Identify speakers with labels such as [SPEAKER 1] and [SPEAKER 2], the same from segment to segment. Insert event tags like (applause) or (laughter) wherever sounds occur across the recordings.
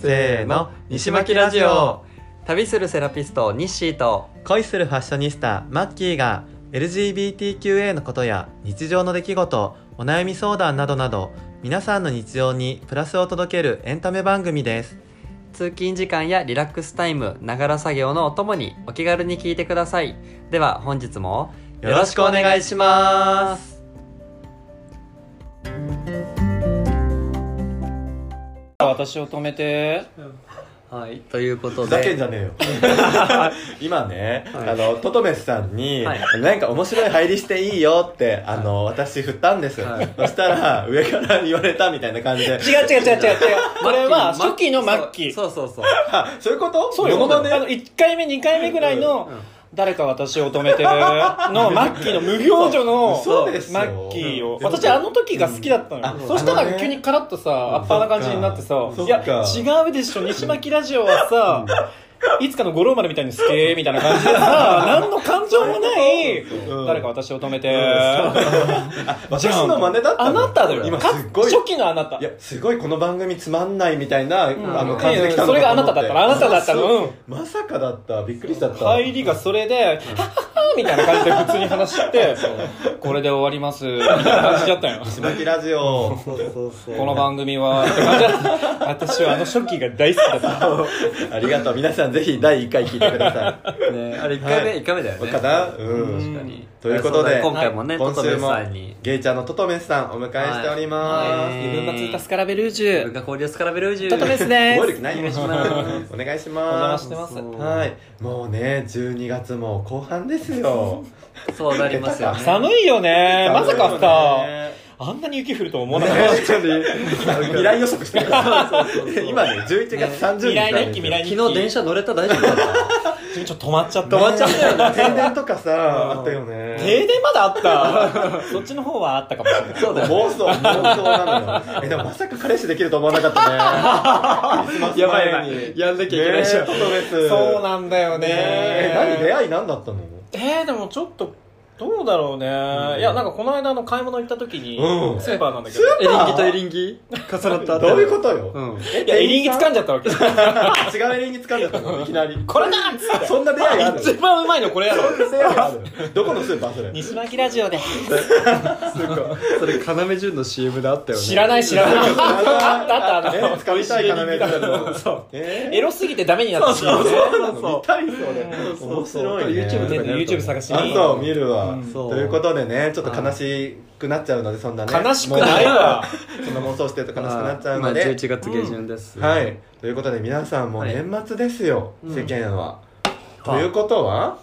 [SPEAKER 1] せーの西巻ラジオ
[SPEAKER 2] 旅するセラピストニッシーと
[SPEAKER 1] 恋するファッショニスタマッキーが LGBTQA のことや日常の出来事お悩み相談などなど皆さんの日常にプラスを届けるエンタメ番組です
[SPEAKER 2] 通勤時間やリラックスタイムながら作業のお供にお気軽に聞いてくださいでは本日も
[SPEAKER 1] よろしくお願いします
[SPEAKER 2] 私を止めて、はいということ
[SPEAKER 1] ふざけん
[SPEAKER 2] で
[SPEAKER 1] じゃ (laughs) ねえよ今ね、
[SPEAKER 2] はい
[SPEAKER 1] あのトトメスさんに、
[SPEAKER 2] はい
[SPEAKER 1] なんか面白い入りしていいよってあの、私振ったんです、
[SPEAKER 2] はい
[SPEAKER 1] そしたら上から言われたみたいな感じで
[SPEAKER 3] 違う違う違う違う違う。 (laughs) これは初期の末期。
[SPEAKER 2] そうそうそう
[SPEAKER 1] あそういうこと
[SPEAKER 3] そうよ。
[SPEAKER 1] ものまね (laughs)
[SPEAKER 3] あの、1回目、2回目ぐらいの、誰か私を止めてる
[SPEAKER 1] (laughs)
[SPEAKER 3] の、末期の無表情の、
[SPEAKER 1] そう
[SPEAKER 3] 末
[SPEAKER 1] ですよ
[SPEAKER 3] 期を。
[SPEAKER 1] うん
[SPEAKER 3] 私、あの時が好きだったの
[SPEAKER 1] う
[SPEAKER 3] よ
[SPEAKER 1] んあ。
[SPEAKER 3] そした
[SPEAKER 1] あの
[SPEAKER 3] ら
[SPEAKER 1] ね
[SPEAKER 3] 急にカラッとさ、アッパーな感じになってさ
[SPEAKER 1] そ、っ
[SPEAKER 3] い
[SPEAKER 1] か
[SPEAKER 3] や、違うでしょ、西巻ラジオはさ、いつかの五郎丸みたいにすけーみたいな感じで
[SPEAKER 1] (laughs)
[SPEAKER 3] さ、何の感情もない、
[SPEAKER 1] うん
[SPEAKER 3] 誰か私を止めて、
[SPEAKER 1] 私の真似だった
[SPEAKER 3] あ
[SPEAKER 1] の
[SPEAKER 3] なただよ。
[SPEAKER 1] 今
[SPEAKER 3] か
[SPEAKER 1] すっごい
[SPEAKER 3] 初期のあなた。
[SPEAKER 1] いやすごいこの番組つまんないみたいな、あの感じで来た
[SPEAKER 3] そ
[SPEAKER 1] の
[SPEAKER 3] れ
[SPEAKER 1] か
[SPEAKER 3] があ
[SPEAKER 1] と
[SPEAKER 3] な
[SPEAKER 1] 思
[SPEAKER 3] た
[SPEAKER 1] って
[SPEAKER 3] だったのあなただったのうん
[SPEAKER 1] まさかだったびっくりしちゃった
[SPEAKER 3] 入りがそれで、はっはっはみたいな感じで普通に話して、これで終わります、みたいな感じだったよ。
[SPEAKER 1] しばきラジオ (laughs)
[SPEAKER 2] そうそうそう
[SPEAKER 3] この番組は、って感じだった。私はあの初期が大好きだった。
[SPEAKER 1] ありがとう皆さんぜひ第1回聞いてくださ
[SPEAKER 2] ねあれ1回目、
[SPEAKER 1] はい
[SPEAKER 2] 一回目だよ
[SPEAKER 1] い
[SPEAKER 2] ね
[SPEAKER 1] かなうん
[SPEAKER 2] 確かに
[SPEAKER 1] ということで
[SPEAKER 2] そうだ今回もねト
[SPEAKER 1] 今
[SPEAKER 2] トメ
[SPEAKER 1] 週
[SPEAKER 2] ス
[SPEAKER 1] も
[SPEAKER 2] さんに
[SPEAKER 1] ゲイちゃんのトトメスさんお迎えしておりま
[SPEAKER 2] はい
[SPEAKER 1] す、
[SPEAKER 2] 自分が通過ス
[SPEAKER 3] カラベルージ
[SPEAKER 2] 文化交流スカラベルージュ
[SPEAKER 3] トトメスで
[SPEAKER 1] 暴
[SPEAKER 3] す。
[SPEAKER 1] 力ないよ
[SPEAKER 2] お願いします
[SPEAKER 1] お願いし
[SPEAKER 3] お邪魔
[SPEAKER 1] ま
[SPEAKER 3] し
[SPEAKER 1] す
[SPEAKER 3] てます。
[SPEAKER 1] はいもうね12月も後半ですよ
[SPEAKER 2] そうなりますよね
[SPEAKER 3] 寒いよね。まさかさ、
[SPEAKER 1] ね
[SPEAKER 3] あんなに雪降るとは思わなかった。
[SPEAKER 1] 確かに未来予測してる
[SPEAKER 2] そうそうそう
[SPEAKER 1] 今ね11月30日
[SPEAKER 3] 未来
[SPEAKER 1] なん
[SPEAKER 3] 日
[SPEAKER 1] ですよ
[SPEAKER 3] 記、未来日記。
[SPEAKER 2] 昨日電車乗れた大丈夫だった
[SPEAKER 3] ちょっと止まっちゃった。
[SPEAKER 1] 止まっちゃったよね停電とかさあったよね
[SPEAKER 3] 停電まだあ (laughs) った。そっちの方はあったかもしれない。
[SPEAKER 2] そうだよ
[SPEAKER 1] 妄想妄想なのよえでもまさか彼氏できると思わなかったねクリスマス前に
[SPEAKER 2] やばいやばいやんなきゃいけないでしょ
[SPEAKER 1] ねえトトメス
[SPEAKER 3] そうなんだよね。
[SPEAKER 1] え何出会い何だったの
[SPEAKER 3] えー、でもちょっとどうだろうね、いやなんかこの間の買い物行った時に、
[SPEAKER 1] うん
[SPEAKER 3] スーパーなんだけど
[SPEAKER 1] スー
[SPEAKER 2] エリンギとエリンギ重なった
[SPEAKER 1] どういうこととよ、
[SPEAKER 2] うん
[SPEAKER 1] え
[SPEAKER 3] いやエリンギ掴んじゃったわけ
[SPEAKER 1] 違うエリンギ掴んじゃったのいきなり
[SPEAKER 3] (laughs) これだっつって
[SPEAKER 1] そんな出会いある
[SPEAKER 3] 一番うまいのこれやろ
[SPEAKER 1] そんな出会いあるどこのスーパーそれ
[SPEAKER 3] 西巻ラジオで
[SPEAKER 2] それ要潤の CM であったよね
[SPEAKER 3] 知らない知ら (laughs) ないあったあったあ
[SPEAKER 1] え
[SPEAKER 3] の
[SPEAKER 1] 掴みたいからね
[SPEAKER 3] そう
[SPEAKER 1] え
[SPEAKER 3] エロすぎてダメになったし
[SPEAKER 2] そう
[SPEAKER 1] 見たいそれ面白いね
[SPEAKER 2] YouTube とかでやると
[SPEAKER 3] YouTube 探し
[SPEAKER 1] あ
[SPEAKER 3] に
[SPEAKER 1] そう見るわ、
[SPEAKER 3] うん
[SPEAKER 2] そう
[SPEAKER 1] ということでねちょっと悲しくなっちゃうのでそんなね
[SPEAKER 3] 悲しくない
[SPEAKER 1] も
[SPEAKER 3] わ
[SPEAKER 1] うそんな妄想してると悲しくなっちゃうの
[SPEAKER 2] 今
[SPEAKER 1] で
[SPEAKER 2] 11月下旬です
[SPEAKER 1] はいということで皆さんもう
[SPEAKER 2] はい
[SPEAKER 1] 年末ですよ、
[SPEAKER 2] うん
[SPEAKER 1] 世間は、
[SPEAKER 2] あ
[SPEAKER 1] ということは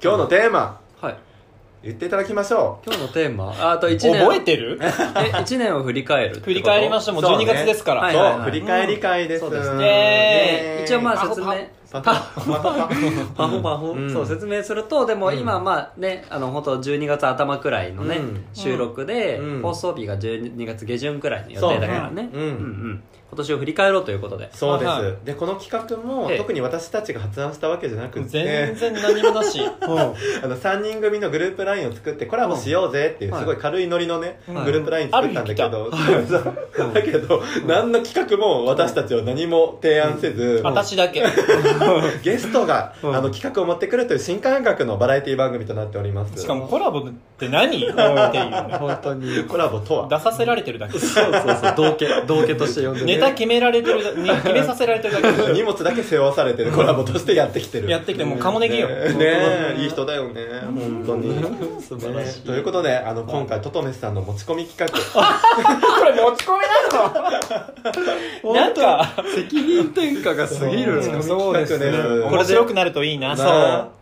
[SPEAKER 1] 今日のテーマ
[SPEAKER 2] はい
[SPEAKER 1] 言っていただきましょ
[SPEAKER 2] 今日のテーマあと1年
[SPEAKER 3] 覚えてる
[SPEAKER 2] え一年を振り返るってこと
[SPEAKER 3] 振り返りましたもう
[SPEAKER 1] そうね
[SPEAKER 3] 12月ですから、
[SPEAKER 1] う、
[SPEAKER 2] はい
[SPEAKER 1] そう、
[SPEAKER 2] はい
[SPEAKER 1] 振り返り会です、
[SPEAKER 2] うんそうです
[SPEAKER 3] ね
[SPEAKER 1] ねえ
[SPEAKER 2] 一応まあ説明
[SPEAKER 1] パフパフパフ
[SPEAKER 2] パフパフ
[SPEAKER 1] うん
[SPEAKER 2] そう説明するとでも
[SPEAKER 1] うん
[SPEAKER 2] 今まあねあの本当12月頭くらいのね
[SPEAKER 1] うん
[SPEAKER 2] 収録で
[SPEAKER 1] うん
[SPEAKER 2] 放送日が12月下旬くらいの予定だか
[SPEAKER 1] そう
[SPEAKER 2] らね
[SPEAKER 1] うんね
[SPEAKER 2] う
[SPEAKER 1] うん
[SPEAKER 2] ん今年を振り返ろうということで
[SPEAKER 1] そうです、
[SPEAKER 3] はいは
[SPEAKER 1] でこの企画も
[SPEAKER 2] ええ
[SPEAKER 1] 特に私たちが発案したわけじゃなくて
[SPEAKER 3] 全然何もなし、
[SPEAKER 1] あの3人組のグループラインを作ってコラボしようぜっていう
[SPEAKER 2] はい
[SPEAKER 1] すごい軽いノリのね、
[SPEAKER 3] はい
[SPEAKER 1] グループライン作ったんだけど、そうだけど、何の企画も私たちは何も提案せず、
[SPEAKER 3] 私だけ
[SPEAKER 1] ゲストが、
[SPEAKER 2] うん
[SPEAKER 1] あの企画を持ってくるという新感覚のバラエティ番組となっております
[SPEAKER 3] しかもコラボって何っていうね
[SPEAKER 2] 本当に
[SPEAKER 1] コラボとは
[SPEAKER 3] 出させられてる (laughs) だけ
[SPEAKER 2] そうそうそう道 (laughs) 家道家として呼んでね
[SPEAKER 3] ネタ決められてるだ、ね、決めさせられてるだけ
[SPEAKER 1] 荷物だけ背負わされてるコラボとしてやってきてる
[SPEAKER 3] やってきてもうカモネギよ、
[SPEAKER 1] ねねいい人だよね本当に
[SPEAKER 2] (laughs) 素晴らしい
[SPEAKER 1] ということであの今回トトメスさんの持ち込み企画
[SPEAKER 3] これ持ち込みなの (laughs) なんか
[SPEAKER 2] 責任転嫁がすぎる
[SPEAKER 1] そう
[SPEAKER 2] こ
[SPEAKER 1] そうですね
[SPEAKER 3] 面白くなるといいな
[SPEAKER 1] な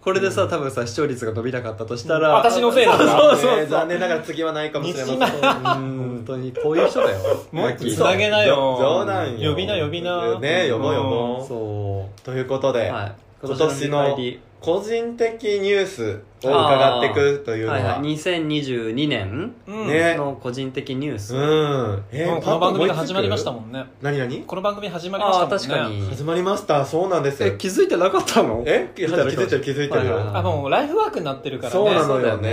[SPEAKER 3] そう
[SPEAKER 2] れでさ多分さ視聴率が伸びなかったとしたら
[SPEAKER 3] 私のせいだから
[SPEAKER 2] そうそう
[SPEAKER 1] ね残念ながら次はないかもしれません
[SPEAKER 3] 西村
[SPEAKER 2] 本当にこういう人だよ
[SPEAKER 3] もっとつなげなよ
[SPEAKER 1] 冗談よ
[SPEAKER 3] 呼びな呼びな
[SPEAKER 1] ね呼ぼう呼ぼう
[SPEAKER 2] (laughs) そ
[SPEAKER 1] ということ
[SPEAKER 2] う
[SPEAKER 1] で、
[SPEAKER 2] はい
[SPEAKER 1] 今年の
[SPEAKER 2] 振り
[SPEAKER 1] 個人的ニュースを伺っていくというのは、
[SPEAKER 2] はいはい、2022年
[SPEAKER 3] うん
[SPEAKER 1] ね
[SPEAKER 2] の個人的ニュース、
[SPEAKER 1] うんえ
[SPEAKER 3] うんこの番組が始まりました
[SPEAKER 1] ん
[SPEAKER 3] もんね
[SPEAKER 1] 何何
[SPEAKER 3] この番組始まりました
[SPEAKER 2] あ
[SPEAKER 3] も
[SPEAKER 2] あ
[SPEAKER 3] んね
[SPEAKER 2] 確かに
[SPEAKER 1] 始まりましたそうなんです
[SPEAKER 2] え気づいてなかったの
[SPEAKER 1] え気
[SPEAKER 2] 見たら
[SPEAKER 1] づいてる気づいて
[SPEAKER 2] はい
[SPEAKER 1] る
[SPEAKER 2] はいはい
[SPEAKER 1] よ
[SPEAKER 3] あもうライフワークになってるからね
[SPEAKER 1] そうな
[SPEAKER 2] そ
[SPEAKER 1] の
[SPEAKER 2] うだ
[SPEAKER 1] よ
[SPEAKER 2] よね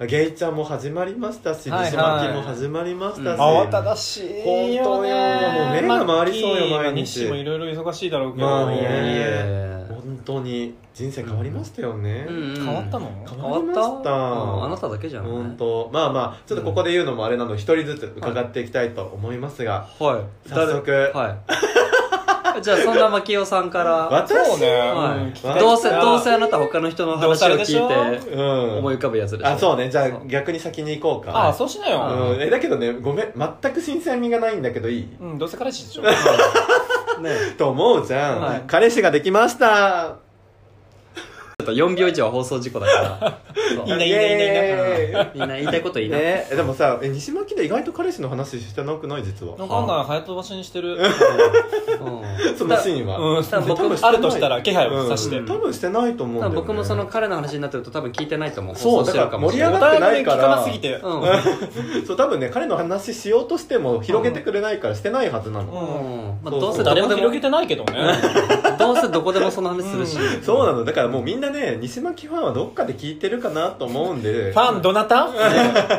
[SPEAKER 1] ねゲイちゃんも始まりましたし
[SPEAKER 3] はいは
[SPEAKER 1] 西
[SPEAKER 3] い
[SPEAKER 1] 巻も始まりましたし
[SPEAKER 2] うん
[SPEAKER 3] 慌ただしい
[SPEAKER 1] 本
[SPEAKER 3] よ
[SPEAKER 1] 当
[SPEAKER 3] ね
[SPEAKER 1] よもう目が回りそうよ
[SPEAKER 3] マ
[SPEAKER 1] 毎日
[SPEAKER 3] ッキーまあ日誌もいろいろ忙しいだろうけど、
[SPEAKER 1] まあ
[SPEAKER 2] いえい
[SPEAKER 1] ね
[SPEAKER 2] え
[SPEAKER 1] 本当に人生変わりましたよね
[SPEAKER 2] うんうん
[SPEAKER 3] 変わったの、
[SPEAKER 1] 変
[SPEAKER 2] 変わ
[SPEAKER 1] わり
[SPEAKER 2] っ
[SPEAKER 1] ま
[SPEAKER 2] た
[SPEAKER 1] した
[SPEAKER 2] うんあなただけじゃない
[SPEAKER 1] 本当まあまあちょっとここで言うのもあれなので一人ずつ伺っていきたいと思いますが
[SPEAKER 2] はい
[SPEAKER 1] 早速
[SPEAKER 2] はい (laughs) じゃあそんな牧雄さんから、
[SPEAKER 1] 私
[SPEAKER 3] そうね、
[SPEAKER 2] は
[SPEAKER 1] うん
[SPEAKER 2] い、どうせ
[SPEAKER 3] 聞きたい
[SPEAKER 2] どうせあなた他の人の
[SPEAKER 3] どうせ
[SPEAKER 2] 話
[SPEAKER 3] あ
[SPEAKER 2] を
[SPEAKER 3] れでしょ
[SPEAKER 2] 聞いて
[SPEAKER 1] うん
[SPEAKER 2] 思い浮かぶやつでしょ
[SPEAKER 1] あそうねじゃ
[SPEAKER 2] そ
[SPEAKER 1] あ
[SPEAKER 2] う
[SPEAKER 1] 逆に先に行こうか
[SPEAKER 3] ああそうしなよ、
[SPEAKER 1] うん、えだけどねごめん全く新鮮味がないんだけどいい
[SPEAKER 3] うんどうせ彼氏でしょ
[SPEAKER 2] ねち
[SPEAKER 1] と思うじゃん、
[SPEAKER 2] はい
[SPEAKER 1] 彼氏ができました
[SPEAKER 2] ょっと4秒以上は放送事故だから
[SPEAKER 3] いい
[SPEAKER 2] そう
[SPEAKER 3] ねいいねいいね
[SPEAKER 1] イエーイ
[SPEAKER 2] みんな言いたいこと言いな、
[SPEAKER 1] ねえでもさえ西巻で意外と彼氏の話してなくない実は
[SPEAKER 3] わかんない早飛ばしにし
[SPEAKER 1] (laughs)
[SPEAKER 3] てる
[SPEAKER 2] うん
[SPEAKER 1] そのシーンは、
[SPEAKER 3] うん
[SPEAKER 2] 多分僕
[SPEAKER 1] 多分してない
[SPEAKER 3] あるとしたら気配を察して
[SPEAKER 1] うん多分してないと思うんだよ、
[SPEAKER 2] 多分
[SPEAKER 1] ね、
[SPEAKER 2] 僕もその彼の話になってると多分聞いてないと思う
[SPEAKER 1] そう
[SPEAKER 2] 放送してるもしれ
[SPEAKER 1] だ
[SPEAKER 2] な
[SPEAKER 1] から盛り上
[SPEAKER 2] い
[SPEAKER 1] がってないから
[SPEAKER 3] お互聞かなすぎて、
[SPEAKER 2] うん
[SPEAKER 1] (laughs) そう多分ね彼の話しようとしても広げてくれないからしてないはずなの、
[SPEAKER 2] うんまあ、
[SPEAKER 1] そう
[SPEAKER 2] どう
[SPEAKER 1] そ
[SPEAKER 2] せ
[SPEAKER 1] う
[SPEAKER 2] ど
[SPEAKER 3] 誰
[SPEAKER 2] こ
[SPEAKER 3] も
[SPEAKER 2] で
[SPEAKER 3] 広
[SPEAKER 2] も
[SPEAKER 3] げてないけどね
[SPEAKER 2] どうせどこでもその話するし、
[SPEAKER 3] う
[SPEAKER 1] そうなのだからもうみんなね西巻ファンはどっかで聞いてるかなと思うんで
[SPEAKER 3] ファンどなた
[SPEAKER 2] ね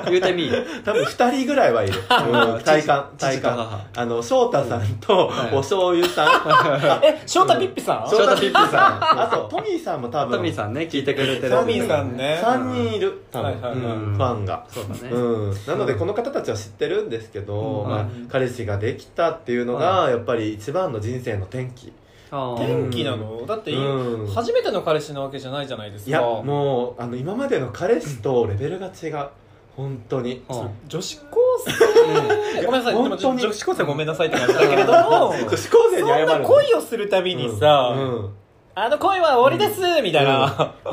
[SPEAKER 2] 言うてみ
[SPEAKER 1] 多分2人ぐらい
[SPEAKER 2] (laughs)
[SPEAKER 1] はいる、うん、体感体
[SPEAKER 2] 父と
[SPEAKER 1] 感
[SPEAKER 2] 母
[SPEAKER 1] あの翔太さんと
[SPEAKER 2] はい
[SPEAKER 1] お醤油さん
[SPEAKER 3] え翔太ピッピさん、
[SPEAKER 1] 翔
[SPEAKER 2] 翔
[SPEAKER 1] 太
[SPEAKER 2] 太
[SPEAKER 1] ピ
[SPEAKER 2] ピ
[SPEAKER 1] ッ
[SPEAKER 2] ッ
[SPEAKER 1] ピさ
[SPEAKER 2] ピさ
[SPEAKER 1] ん
[SPEAKER 2] ん
[SPEAKER 1] あとトミーさんも多分
[SPEAKER 2] トミーさんね聞いてくれてる
[SPEAKER 1] ト
[SPEAKER 3] トミーさんね
[SPEAKER 1] 3人いる多分、
[SPEAKER 3] はいはいはい
[SPEAKER 1] うんファンが。
[SPEAKER 2] そうだね、
[SPEAKER 1] うん、なのでこの方たちは知ってるんですけど、
[SPEAKER 2] うん
[SPEAKER 1] ま
[SPEAKER 2] う
[SPEAKER 1] あ
[SPEAKER 2] ん、
[SPEAKER 1] 彼氏ができたっていうのがやっぱり一番の人生の転機、
[SPEAKER 2] あー
[SPEAKER 3] 天気なのだって、
[SPEAKER 1] うん、
[SPEAKER 3] 初めての彼氏なわけじゃないじゃないですか
[SPEAKER 1] いやもうあの今までの彼氏とレベルが違う本当に
[SPEAKER 2] あー
[SPEAKER 3] 女子高生ごめんなさいでも
[SPEAKER 1] 本当に
[SPEAKER 3] 女子高生ごめんなさいって感じだ
[SPEAKER 1] (laughs)
[SPEAKER 3] けれども
[SPEAKER 1] 女子高生に
[SPEAKER 3] そん
[SPEAKER 1] 謝る
[SPEAKER 3] な
[SPEAKER 1] の
[SPEAKER 3] 恋をするたびにさ、
[SPEAKER 1] うんうん
[SPEAKER 3] あの恋は終わりです、みたいな、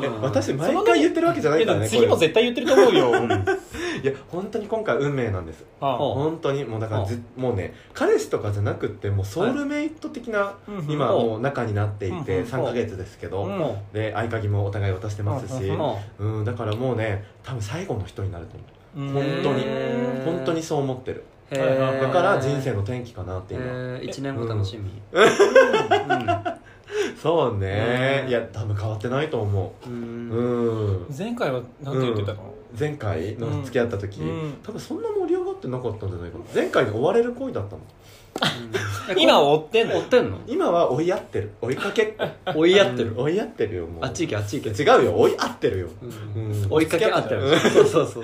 [SPEAKER 1] いや
[SPEAKER 2] うん
[SPEAKER 1] 私毎回言ってるわけじゃない
[SPEAKER 3] け
[SPEAKER 1] か
[SPEAKER 3] ど
[SPEAKER 1] らね
[SPEAKER 3] 次
[SPEAKER 1] こう
[SPEAKER 3] も
[SPEAKER 1] いう
[SPEAKER 3] 絶対言ってると思うよ、
[SPEAKER 2] うん
[SPEAKER 1] のいや本当に今回運命なんです
[SPEAKER 3] は
[SPEAKER 2] ほう
[SPEAKER 1] 本当にもうだからずもうね彼氏とかじゃなくってもうソウルメイト的な
[SPEAKER 3] あうん
[SPEAKER 1] 今
[SPEAKER 2] うん
[SPEAKER 1] もう仲になっていて
[SPEAKER 3] うん
[SPEAKER 1] 3ヶ月ですけ
[SPEAKER 3] う
[SPEAKER 1] ど
[SPEAKER 3] ん
[SPEAKER 2] も
[SPEAKER 1] で合鍵もお互い渡してますし
[SPEAKER 3] う
[SPEAKER 2] う、
[SPEAKER 3] ん
[SPEAKER 2] も
[SPEAKER 1] うんだからもうね多分最後の人になると思
[SPEAKER 3] うん
[SPEAKER 1] 本当に
[SPEAKER 2] へ
[SPEAKER 1] う
[SPEAKER 2] ー
[SPEAKER 1] 本当にそう思ってる
[SPEAKER 2] う、
[SPEAKER 3] はいはいはい
[SPEAKER 1] だから人生の転機かなって今
[SPEAKER 2] えー、1年後楽しみ、
[SPEAKER 1] そうね
[SPEAKER 2] うん
[SPEAKER 1] いや多分変わってないと思
[SPEAKER 2] うんうん
[SPEAKER 1] う
[SPEAKER 2] うん
[SPEAKER 1] うん
[SPEAKER 3] 前回はなんて言ってたの、
[SPEAKER 1] 前回の付き合った時、
[SPEAKER 3] うん
[SPEAKER 1] 多分そんな盛り上がってなかったんじゃないかな前回に追われる恋だったの
[SPEAKER 3] 今追ってんの
[SPEAKER 2] 追ってんの
[SPEAKER 1] 今は追いやってる追いかけ (laughs) っこ
[SPEAKER 2] 追い合ってる、
[SPEAKER 1] うん追いやってるよもう
[SPEAKER 2] あっち行けあっち行け
[SPEAKER 1] 違うよ追い合ってるよ、うん
[SPEAKER 2] 追いかけ合って
[SPEAKER 1] うん
[SPEAKER 2] るそうそうそう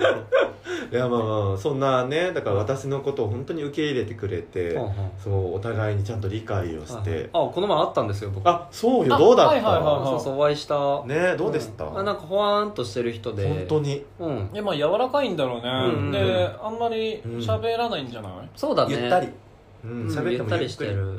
[SPEAKER 2] そう
[SPEAKER 1] いやまあまあそんなねだから私のことを本当に受け入れてくれて、
[SPEAKER 2] ほうほう
[SPEAKER 1] そうお互いにちゃんと理解をして、
[SPEAKER 2] あこの前あったんですよ僕
[SPEAKER 1] あそうよ
[SPEAKER 3] あ
[SPEAKER 1] どうだった、
[SPEAKER 3] はいはいはい
[SPEAKER 2] そうそうお会いした
[SPEAKER 1] ねどうでした、
[SPEAKER 2] んあなんかほわーんとしてる人で
[SPEAKER 1] 本当に
[SPEAKER 2] うん
[SPEAKER 3] えまあ柔らかいんだろうね、
[SPEAKER 2] うん
[SPEAKER 3] であんまり喋らないんじゃない、
[SPEAKER 2] そうだね
[SPEAKER 1] ゆったり、う
[SPEAKER 2] うんん
[SPEAKER 1] 喋って
[SPEAKER 2] ゆっ
[SPEAKER 1] も
[SPEAKER 2] た
[SPEAKER 1] ゆ
[SPEAKER 2] り
[SPEAKER 1] っ
[SPEAKER 2] し
[SPEAKER 1] く
[SPEAKER 2] て
[SPEAKER 1] り
[SPEAKER 2] る
[SPEAKER 3] ん
[SPEAKER 2] うんう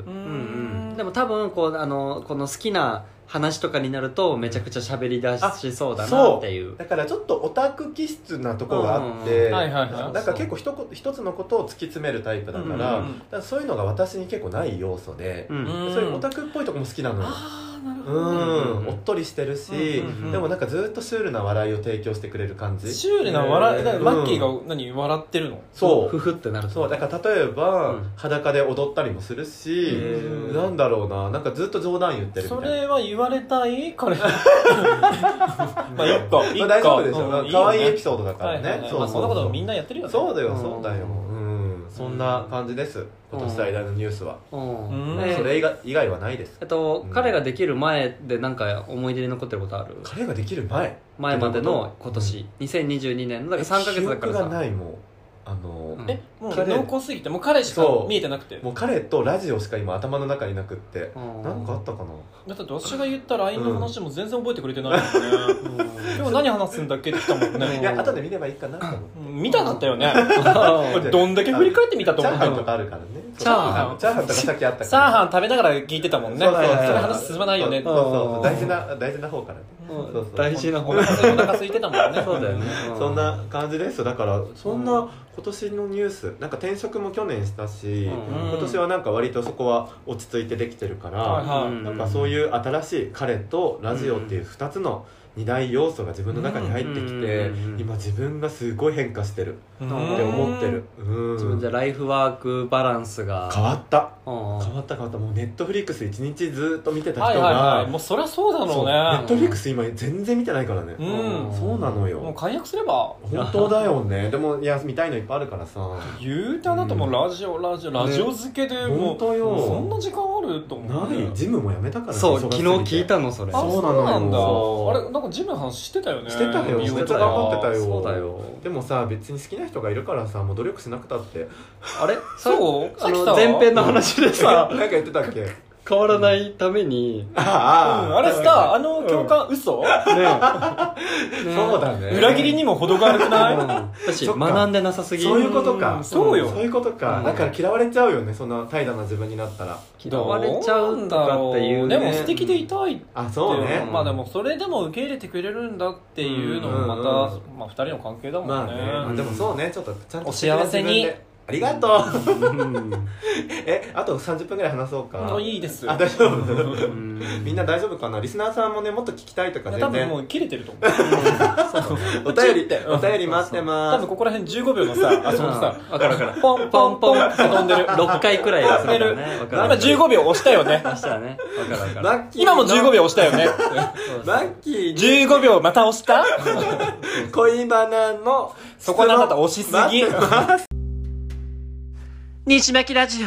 [SPEAKER 2] んでも多分こうあのこの好きな話とかになるとめちゃくちゃ喋り出しそうだなっていう
[SPEAKER 1] だからちょっとオタク気質なとこがあって、
[SPEAKER 2] うん
[SPEAKER 3] はいはいはい
[SPEAKER 1] なんか結構一こ一つのことを突き詰めるタイプだから,、
[SPEAKER 2] うん
[SPEAKER 3] うんうん
[SPEAKER 1] だからそういうのが私に結構ない要素で、
[SPEAKER 2] うん
[SPEAKER 3] うん
[SPEAKER 1] そういうオタクっぽいとこも好きなのよ
[SPEAKER 3] ああなる
[SPEAKER 1] う
[SPEAKER 3] ほど、
[SPEAKER 1] ん、
[SPEAKER 3] ね
[SPEAKER 2] うん
[SPEAKER 1] おっとりしてるし、
[SPEAKER 3] うんうんうん
[SPEAKER 1] でもなんかずっとシュールな笑いを提供してくれる感じ
[SPEAKER 3] シュールな笑い、だからマッキー
[SPEAKER 1] うん
[SPEAKER 3] が何笑ってるの
[SPEAKER 1] そ
[SPEAKER 2] ふ
[SPEAKER 1] う
[SPEAKER 2] ふってなる
[SPEAKER 1] そうだから例えば、
[SPEAKER 2] うん
[SPEAKER 1] 裸で踊ったりもするし、
[SPEAKER 2] へー
[SPEAKER 1] なんだろうななんかずっと冗談言ってるみたい
[SPEAKER 3] そ
[SPEAKER 1] な
[SPEAKER 3] れは言われたい彼 (laughs) ま
[SPEAKER 1] いや (laughs) まあ、
[SPEAKER 3] あ一個一個
[SPEAKER 1] 大丈夫でしょ、
[SPEAKER 3] うん
[SPEAKER 1] まあ
[SPEAKER 3] いいよね
[SPEAKER 1] 可愛いエピソードだからね、
[SPEAKER 3] はいはいはいまあそんなことみんなやってるよね
[SPEAKER 1] そうだよ、
[SPEAKER 2] うん
[SPEAKER 1] そうだようんそんな感じです今年最大のニュースは、
[SPEAKER 2] うん
[SPEAKER 3] うん
[SPEAKER 2] え
[SPEAKER 1] それ以外以外はないです
[SPEAKER 2] えっと
[SPEAKER 1] うん
[SPEAKER 2] 彼ができる前でなんか思い出に残ってることある
[SPEAKER 1] 彼ができる前
[SPEAKER 2] 前まで
[SPEAKER 1] どういう
[SPEAKER 2] の
[SPEAKER 1] こと
[SPEAKER 2] 今年2022年のだから3ヶ
[SPEAKER 1] 記
[SPEAKER 2] 月だ
[SPEAKER 1] 憶
[SPEAKER 2] から
[SPEAKER 1] が
[SPEAKER 2] さ
[SPEAKER 1] ないもんあの、
[SPEAKER 2] うん
[SPEAKER 3] えもう
[SPEAKER 1] 彼
[SPEAKER 3] 濃厚すぎてもう彼しか
[SPEAKER 1] そう
[SPEAKER 3] 見えてなくて
[SPEAKER 1] もう彼とラジオしか今頭の中になくってなんかあったかな
[SPEAKER 3] だって私が言った LINE の話も全然覚えてくれてないもんね、 (laughs) 今日何話すんだっけって来たもん
[SPEAKER 2] うん
[SPEAKER 1] い
[SPEAKER 3] ね
[SPEAKER 1] や後で見ればいいかなと思って
[SPEAKER 3] うん見たかったよね
[SPEAKER 1] (laughs)
[SPEAKER 2] う
[SPEAKER 3] これどんだけ振り返ってみたと
[SPEAKER 1] チャー
[SPEAKER 3] 思う
[SPEAKER 1] ハン
[SPEAKER 3] の
[SPEAKER 1] とかあるからね
[SPEAKER 3] チャーハン
[SPEAKER 1] チャーハンとかさっきあったから
[SPEAKER 3] チャーハン食べながら聞いてたもんね
[SPEAKER 1] そうそう
[SPEAKER 3] そ
[SPEAKER 1] そう
[SPEAKER 3] れ話進まないよね
[SPEAKER 1] そうそうそう
[SPEAKER 2] うん
[SPEAKER 1] 大事な大事な方からね
[SPEAKER 3] う
[SPEAKER 2] う
[SPEAKER 1] そう
[SPEAKER 2] ん
[SPEAKER 1] そう
[SPEAKER 2] 大事な
[SPEAKER 3] お
[SPEAKER 2] 方
[SPEAKER 3] 腹お腹空いてたもんね
[SPEAKER 2] そうだよね、う
[SPEAKER 1] そんな感じですだからそんな今年のニュースなんか転職も去年したし、
[SPEAKER 2] うん
[SPEAKER 1] 今年はなんか割とそこは落ち着いてできてるから、
[SPEAKER 3] はいはい
[SPEAKER 1] なんかそういう新しい彼とラジオっていう2つの二大要素が自分の中に入ってきて、
[SPEAKER 2] うん
[SPEAKER 1] 今自分がすごい変化してる
[SPEAKER 2] うん
[SPEAKER 1] って思ってる、うん
[SPEAKER 2] 自分じゃライフワークバランスが
[SPEAKER 1] 変わった
[SPEAKER 2] うん
[SPEAKER 1] 変わった変わったもうネットフリックス一日ずっと見てた
[SPEAKER 3] はい
[SPEAKER 1] 人が、
[SPEAKER 3] はいはいもうそりゃそうだろう
[SPEAKER 1] ネッ
[SPEAKER 3] ね
[SPEAKER 1] トフリックス今全然見てないからね、
[SPEAKER 3] うん
[SPEAKER 1] そうなの
[SPEAKER 3] もう
[SPEAKER 1] よ
[SPEAKER 3] 解約すれば
[SPEAKER 1] 本当だよねでもいや見たいのいっぱいあるからさ
[SPEAKER 3] 言うてあなたもラジオラジオラジオ漬けで
[SPEAKER 1] 本
[SPEAKER 3] もう
[SPEAKER 1] 当よ
[SPEAKER 3] そんな時間あると思う
[SPEAKER 1] ないジムもやめたからね
[SPEAKER 2] そう
[SPEAKER 1] 忙し
[SPEAKER 2] 昨日
[SPEAKER 1] すぎて
[SPEAKER 2] 聞いたのそれ
[SPEAKER 3] あ
[SPEAKER 1] そう
[SPEAKER 3] そう
[SPEAKER 1] なのよ
[SPEAKER 3] なんだ
[SPEAKER 1] そう
[SPEAKER 3] あれなんかジムの話してたよね
[SPEAKER 1] してたよ
[SPEAKER 3] 言
[SPEAKER 1] め
[SPEAKER 3] う
[SPEAKER 1] っち
[SPEAKER 3] た
[SPEAKER 1] ゃ頑張ってたよ
[SPEAKER 2] そうだよ
[SPEAKER 1] でもさ別に好きな人がいるからさもう努力しなくたって
[SPEAKER 2] あれ
[SPEAKER 3] そう
[SPEAKER 2] あ
[SPEAKER 3] さっき
[SPEAKER 2] の
[SPEAKER 3] さ
[SPEAKER 2] 前編の話で
[SPEAKER 1] なん
[SPEAKER 2] さ
[SPEAKER 1] か言ってたっけ
[SPEAKER 2] 変わらないためにね
[SPEAKER 1] あ
[SPEAKER 3] うんあれさあの共感嘘
[SPEAKER 2] ね
[SPEAKER 1] そうだね
[SPEAKER 3] 裏切りにも程があるく
[SPEAKER 2] う
[SPEAKER 3] ない
[SPEAKER 2] ん私
[SPEAKER 1] そっか
[SPEAKER 2] 学んでなさすぎ
[SPEAKER 1] そういうことか
[SPEAKER 3] うんそうよ
[SPEAKER 1] そういうことか
[SPEAKER 2] うん
[SPEAKER 1] だから嫌われちゃうよねそんな怠惰な自分になったら
[SPEAKER 2] 嫌われちゃうとかっていうね
[SPEAKER 3] でも素敵でいたいって
[SPEAKER 1] あそうね
[SPEAKER 3] まあでもそれでも受け入れてくれるんだっていうのも
[SPEAKER 1] う
[SPEAKER 3] また、
[SPEAKER 1] ん
[SPEAKER 3] まあ、2人の関係だもんね,、
[SPEAKER 1] まあねまあでもそうねちょっとちゃんと
[SPEAKER 3] お幸せに
[SPEAKER 1] 自分でありがとう
[SPEAKER 2] (laughs) うん
[SPEAKER 1] えあと30分ぐらい話そうか
[SPEAKER 3] いいです
[SPEAKER 1] あ大丈
[SPEAKER 2] う
[SPEAKER 1] 夫
[SPEAKER 2] ん
[SPEAKER 1] みんな大丈夫かなリスナーさんもねもっと聞きたいとか
[SPEAKER 3] 多
[SPEAKER 1] 全
[SPEAKER 3] 分
[SPEAKER 1] 然
[SPEAKER 3] もう切れてると
[SPEAKER 1] (laughs)
[SPEAKER 3] 思う
[SPEAKER 1] お便り
[SPEAKER 3] (laughs) うん
[SPEAKER 1] お便り待って
[SPEAKER 3] 多
[SPEAKER 1] ま
[SPEAKER 3] 分
[SPEAKER 1] す
[SPEAKER 3] ここら辺15秒
[SPEAKER 1] (laughs)
[SPEAKER 3] のさあそこさ
[SPEAKER 2] わかるわかる
[SPEAKER 3] ポンポンポンって飛
[SPEAKER 2] (laughs)
[SPEAKER 3] んでる
[SPEAKER 2] 6回くらいはするからねわかる
[SPEAKER 3] 今
[SPEAKER 2] わかる
[SPEAKER 3] 15秒押したよ
[SPEAKER 1] (laughs)
[SPEAKER 3] ね
[SPEAKER 2] 明日はねわかるわかる
[SPEAKER 1] マッキーの
[SPEAKER 3] 今も15秒押したよね
[SPEAKER 2] そうそ
[SPEAKER 1] マ
[SPEAKER 2] う
[SPEAKER 1] ッキーに
[SPEAKER 3] 15秒また押
[SPEAKER 1] (laughs)
[SPEAKER 3] した
[SPEAKER 1] 恋バナの
[SPEAKER 3] そこであなた押しすぎ
[SPEAKER 1] 待って
[SPEAKER 3] (laughs)
[SPEAKER 1] ます
[SPEAKER 4] 西巻ラジオ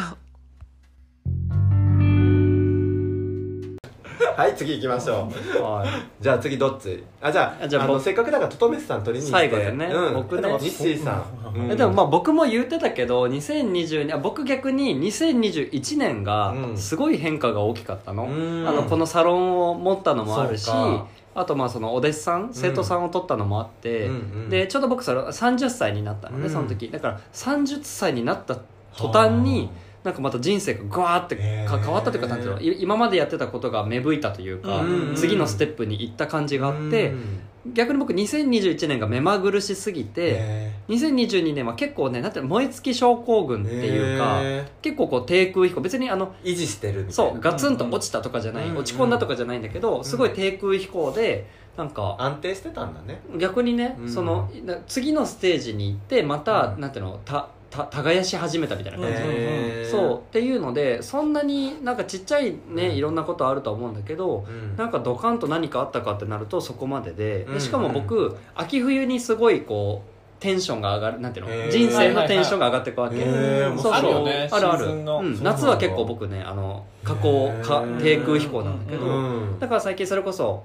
[SPEAKER 1] はい次行きましょうじゃあ次どっちあじゃあ
[SPEAKER 2] あじゃあ
[SPEAKER 1] あの
[SPEAKER 2] 僕
[SPEAKER 1] せっかくだからととめさん取りに行って
[SPEAKER 2] 最後でね
[SPEAKER 1] うん、
[SPEAKER 2] 僕ね
[SPEAKER 1] でもミッシーさん、うん
[SPEAKER 2] えでもまあ僕も言ってたけど2020年あ僕逆に2021年が
[SPEAKER 1] うん
[SPEAKER 2] すごい変化が大きかったの,、
[SPEAKER 1] うん
[SPEAKER 2] あのこのサロンを持ったのもあるし
[SPEAKER 1] そうか
[SPEAKER 2] あとまあそのお弟子さん生徒さんを取ったのもあって、
[SPEAKER 1] うんうん
[SPEAKER 2] でちょうど僕それ30歳になったのね、
[SPEAKER 1] うん
[SPEAKER 2] その時だから30歳になった途端になんかまた人生がガーってか
[SPEAKER 1] へー
[SPEAKER 2] 変わったというかなんていうのい今までやってたことが芽吹いたというか、
[SPEAKER 1] うん
[SPEAKER 2] 次のステップに行った感じが
[SPEAKER 1] はあ
[SPEAKER 2] あって、
[SPEAKER 1] うん
[SPEAKER 2] 逆に僕2021年が目まぐるしすぎて、
[SPEAKER 1] へ
[SPEAKER 2] 2022年は結構ねなんていうの燃え尽き症候群
[SPEAKER 1] ー
[SPEAKER 2] っていうか、
[SPEAKER 1] へ
[SPEAKER 2] 結構こう低空飛行別にあの
[SPEAKER 1] ー維持してるみたい
[SPEAKER 2] そ
[SPEAKER 1] な
[SPEAKER 2] うガツンと落ちたとかじゃない、
[SPEAKER 1] うんうん
[SPEAKER 2] 落ち込んだとかじゃないんだけど、すごい低空飛行でなんか
[SPEAKER 1] 安定してたんだね
[SPEAKER 2] 逆にね、
[SPEAKER 1] うん
[SPEAKER 2] そのな次のステージに行ってまた、
[SPEAKER 1] うん
[SPEAKER 2] なんていうのたた耕し始めたみたいな感じ、
[SPEAKER 3] うんへ
[SPEAKER 2] そうっていうのでそんなになんかちっちゃいね、
[SPEAKER 1] うん
[SPEAKER 2] いろんなことあるとは思うんだけど、
[SPEAKER 1] う、うん、
[SPEAKER 2] なんかドカンと何かあったかってなるとそこまでで
[SPEAKER 1] うん
[SPEAKER 2] でしかも僕、秋冬にすごいこうテンションが上がるなんていうの、
[SPEAKER 1] へー
[SPEAKER 2] 人生のテンションが上がっていくわけ、
[SPEAKER 1] へー
[SPEAKER 2] そう
[SPEAKER 1] も
[SPEAKER 2] そうう
[SPEAKER 1] ある
[SPEAKER 3] よね
[SPEAKER 2] あるある
[SPEAKER 3] シーズンの
[SPEAKER 2] う
[SPEAKER 1] そ
[SPEAKER 2] ん、
[SPEAKER 1] うなんだ
[SPEAKER 2] 夏は結構僕ねあの加工か
[SPEAKER 1] へー
[SPEAKER 2] 低空飛行なんだけど、
[SPEAKER 3] うん
[SPEAKER 1] うん
[SPEAKER 2] だから最近それこそ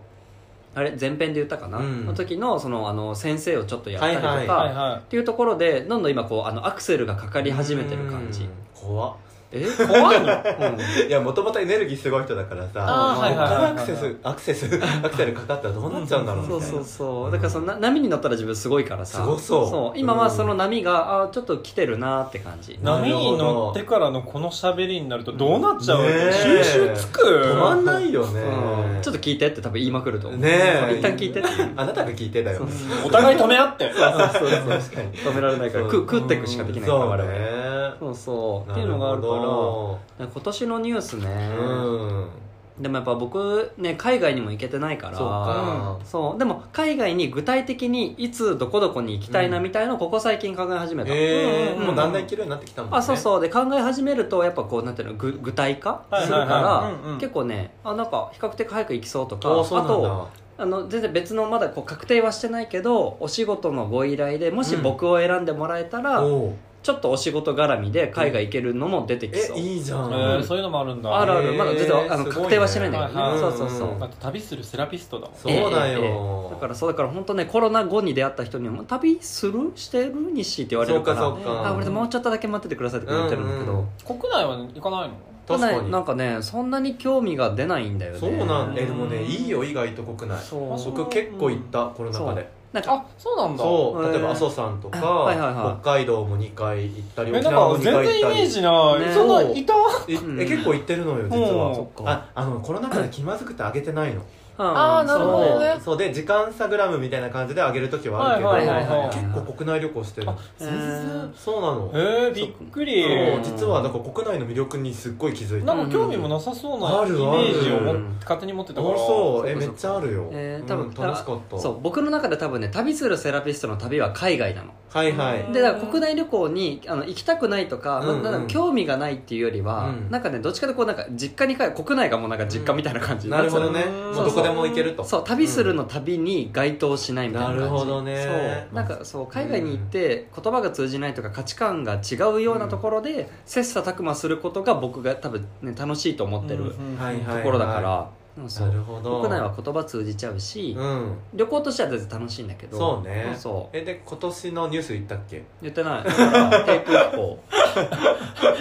[SPEAKER 2] あれ前編で言ったかな、
[SPEAKER 1] うん
[SPEAKER 2] の時のそのあの先生をちょっとやったりとか、
[SPEAKER 1] はいはい
[SPEAKER 3] はいは
[SPEAKER 2] っていうところでどんどん今こうあのアクセルがかかり始めてる感じ、
[SPEAKER 1] うん怖っ
[SPEAKER 2] え怖いの、うん
[SPEAKER 1] いやもともとエネルギーすごい人だからさ
[SPEAKER 2] あーはいはい
[SPEAKER 3] はいは
[SPEAKER 1] ア
[SPEAKER 3] い
[SPEAKER 1] クセスアクセスアクセルかかったらどうなっちゃうんだろうみた
[SPEAKER 2] そ
[SPEAKER 1] いうな
[SPEAKER 2] そうそうだからそのな波に乗ったら自分すごいからさ
[SPEAKER 1] すごそう
[SPEAKER 2] 今はその波が、あーちょっと来てるなーって感じ
[SPEAKER 3] い
[SPEAKER 1] な
[SPEAKER 3] 波に乗ってからのこの喋りになるとどうなっちゃう、
[SPEAKER 1] ねえ
[SPEAKER 3] 収集つく
[SPEAKER 1] 止まんないよね、
[SPEAKER 2] うんちょっと聞いてって多分言いまくると思う
[SPEAKER 1] ねえ
[SPEAKER 2] 一旦聞いてって
[SPEAKER 1] あなたが聞いてだよ
[SPEAKER 2] そう
[SPEAKER 3] お互い止め合って
[SPEAKER 1] (laughs) そうそう確かに
[SPEAKER 2] 止められないから
[SPEAKER 1] そう
[SPEAKER 2] く食っていくしかできないから
[SPEAKER 1] そう
[SPEAKER 2] 我々
[SPEAKER 1] ね
[SPEAKER 2] そうそうっていうのがある
[SPEAKER 1] な
[SPEAKER 2] か
[SPEAKER 1] ほ
[SPEAKER 2] ら今年のニュースね
[SPEAKER 1] ど、うん
[SPEAKER 2] でもやっぱ僕ね海外にも行けてないから
[SPEAKER 1] そうか
[SPEAKER 2] そうでも海外に具体的にいつどこどこに行きたいなみたいのをここ最近考え始めた、
[SPEAKER 1] え
[SPEAKER 2] うん
[SPEAKER 1] ーもうだんだんいけるようになってきたもんね
[SPEAKER 2] あそうそうで考え始めるとやっぱこうなんていうの具具体化
[SPEAKER 3] はい
[SPEAKER 2] するか
[SPEAKER 3] はいはいうんう
[SPEAKER 2] ら
[SPEAKER 3] ん
[SPEAKER 2] 結構ねあなんか比較的早く行きそうとか
[SPEAKER 1] あ
[SPEAKER 2] あ
[SPEAKER 1] そうなんだ
[SPEAKER 2] とあの全然別のまだこう確定はしてないけどお仕事のご依頼でもし僕を選んでもらえたら、
[SPEAKER 1] おう
[SPEAKER 2] ちょっとお仕事絡みで海外行けるのも出てき
[SPEAKER 1] え
[SPEAKER 2] そう、
[SPEAKER 1] いいじゃ
[SPEAKER 3] え
[SPEAKER 1] ん、
[SPEAKER 3] ーそういうのもあるんだ
[SPEAKER 2] あるあ
[SPEAKER 1] へ
[SPEAKER 2] る
[SPEAKER 1] ー
[SPEAKER 2] まだ全然あ
[SPEAKER 1] すご
[SPEAKER 2] の
[SPEAKER 1] いね
[SPEAKER 2] 確定はしてないんだけどね、
[SPEAKER 3] はいはい
[SPEAKER 2] そうそうそう、
[SPEAKER 1] うん
[SPEAKER 3] だって旅するセラピストだもん
[SPEAKER 1] そうだよ、
[SPEAKER 2] ええええだからそうだから本当ねコロナ後に出会った人にも「旅するしてる西」って言われるから
[SPEAKER 1] そうかそうか
[SPEAKER 2] あ俺でもうちょっとだけ待っててください」って言ってるんだけど、
[SPEAKER 1] うんうん
[SPEAKER 3] 国内は行かないの
[SPEAKER 1] 確か
[SPEAKER 2] な
[SPEAKER 1] に
[SPEAKER 2] んかねそんなに興味が出ないんだよね
[SPEAKER 1] そうなんだえでもね
[SPEAKER 3] うん
[SPEAKER 1] いいよ意外と国内
[SPEAKER 2] そう
[SPEAKER 3] あそう
[SPEAKER 1] 僕結構行ったコロナ禍で
[SPEAKER 2] なんか
[SPEAKER 3] あそうなんだ
[SPEAKER 1] そう
[SPEAKER 2] へー
[SPEAKER 1] 例えば阿蘇山とか、
[SPEAKER 2] はいはいはい
[SPEAKER 1] 北海道も2回行ったり
[SPEAKER 3] えなん
[SPEAKER 1] 沖縄も
[SPEAKER 3] か
[SPEAKER 1] 2
[SPEAKER 3] 全
[SPEAKER 1] 回
[SPEAKER 3] 然
[SPEAKER 1] 行っ
[SPEAKER 3] イメ
[SPEAKER 1] た
[SPEAKER 3] ー
[SPEAKER 1] り
[SPEAKER 3] ジない、
[SPEAKER 2] ね
[SPEAKER 3] そんないた
[SPEAKER 1] い
[SPEAKER 2] うん
[SPEAKER 1] え結構行ってるのよ実
[SPEAKER 3] うん
[SPEAKER 1] は
[SPEAKER 3] そ
[SPEAKER 2] っか
[SPEAKER 1] ああのコロナ禍で気まずくてあげてないの
[SPEAKER 4] あーなるほどね
[SPEAKER 1] そうで時間差グラムみたいな感じで上げる時はあるけど、
[SPEAKER 3] はい
[SPEAKER 2] はいはいはい
[SPEAKER 1] 結構国内旅行してる
[SPEAKER 3] 全然
[SPEAKER 1] そうなの、
[SPEAKER 3] えー、びっくり
[SPEAKER 1] そう実はなんか国内の魅力にすっごい気づい
[SPEAKER 3] な
[SPEAKER 1] た
[SPEAKER 3] んか興味もなさそうな
[SPEAKER 1] あ
[SPEAKER 3] イ
[SPEAKER 1] る
[SPEAKER 3] メ
[SPEAKER 1] ある
[SPEAKER 3] ージを持っ勝手に持ってたから
[SPEAKER 1] そううえ
[SPEAKER 2] そう
[SPEAKER 1] めっちゃあるよ、
[SPEAKER 2] えー多分
[SPEAKER 1] うん楽しかった
[SPEAKER 2] そう僕の中で多分ね旅するセラピストの旅は海外なの
[SPEAKER 1] はいはい、
[SPEAKER 2] でだから国内旅行にあの行きたくないとか,、
[SPEAKER 1] うんうん
[SPEAKER 2] なんか興味がないっていうよりは、
[SPEAKER 1] うん
[SPEAKER 2] なんかねどっちかでこうなんか実家に帰る国内がもうなんか実家みたいな感じ、
[SPEAKER 1] なるほどね
[SPEAKER 3] うん
[SPEAKER 1] もうどこでも行けると
[SPEAKER 2] そう旅するの旅に該当しないみたいな感じ、
[SPEAKER 1] なるほどね
[SPEAKER 2] そうなんかそう海外に行って言葉が通じないとか価値観が違うようなところで切磋琢磨することが僕が多分、ね、楽しいと思ってる
[SPEAKER 3] うんうん
[SPEAKER 1] はいはい
[SPEAKER 2] ところだから、うんそう
[SPEAKER 1] なるほど
[SPEAKER 2] 国内は言葉通じちゃうし、
[SPEAKER 1] うん
[SPEAKER 2] 旅行としては全然楽しいんだけど
[SPEAKER 1] そうね
[SPEAKER 2] そう
[SPEAKER 1] えで今年のニュース言ったっけ
[SPEAKER 2] 言ってないだからテイプ飛行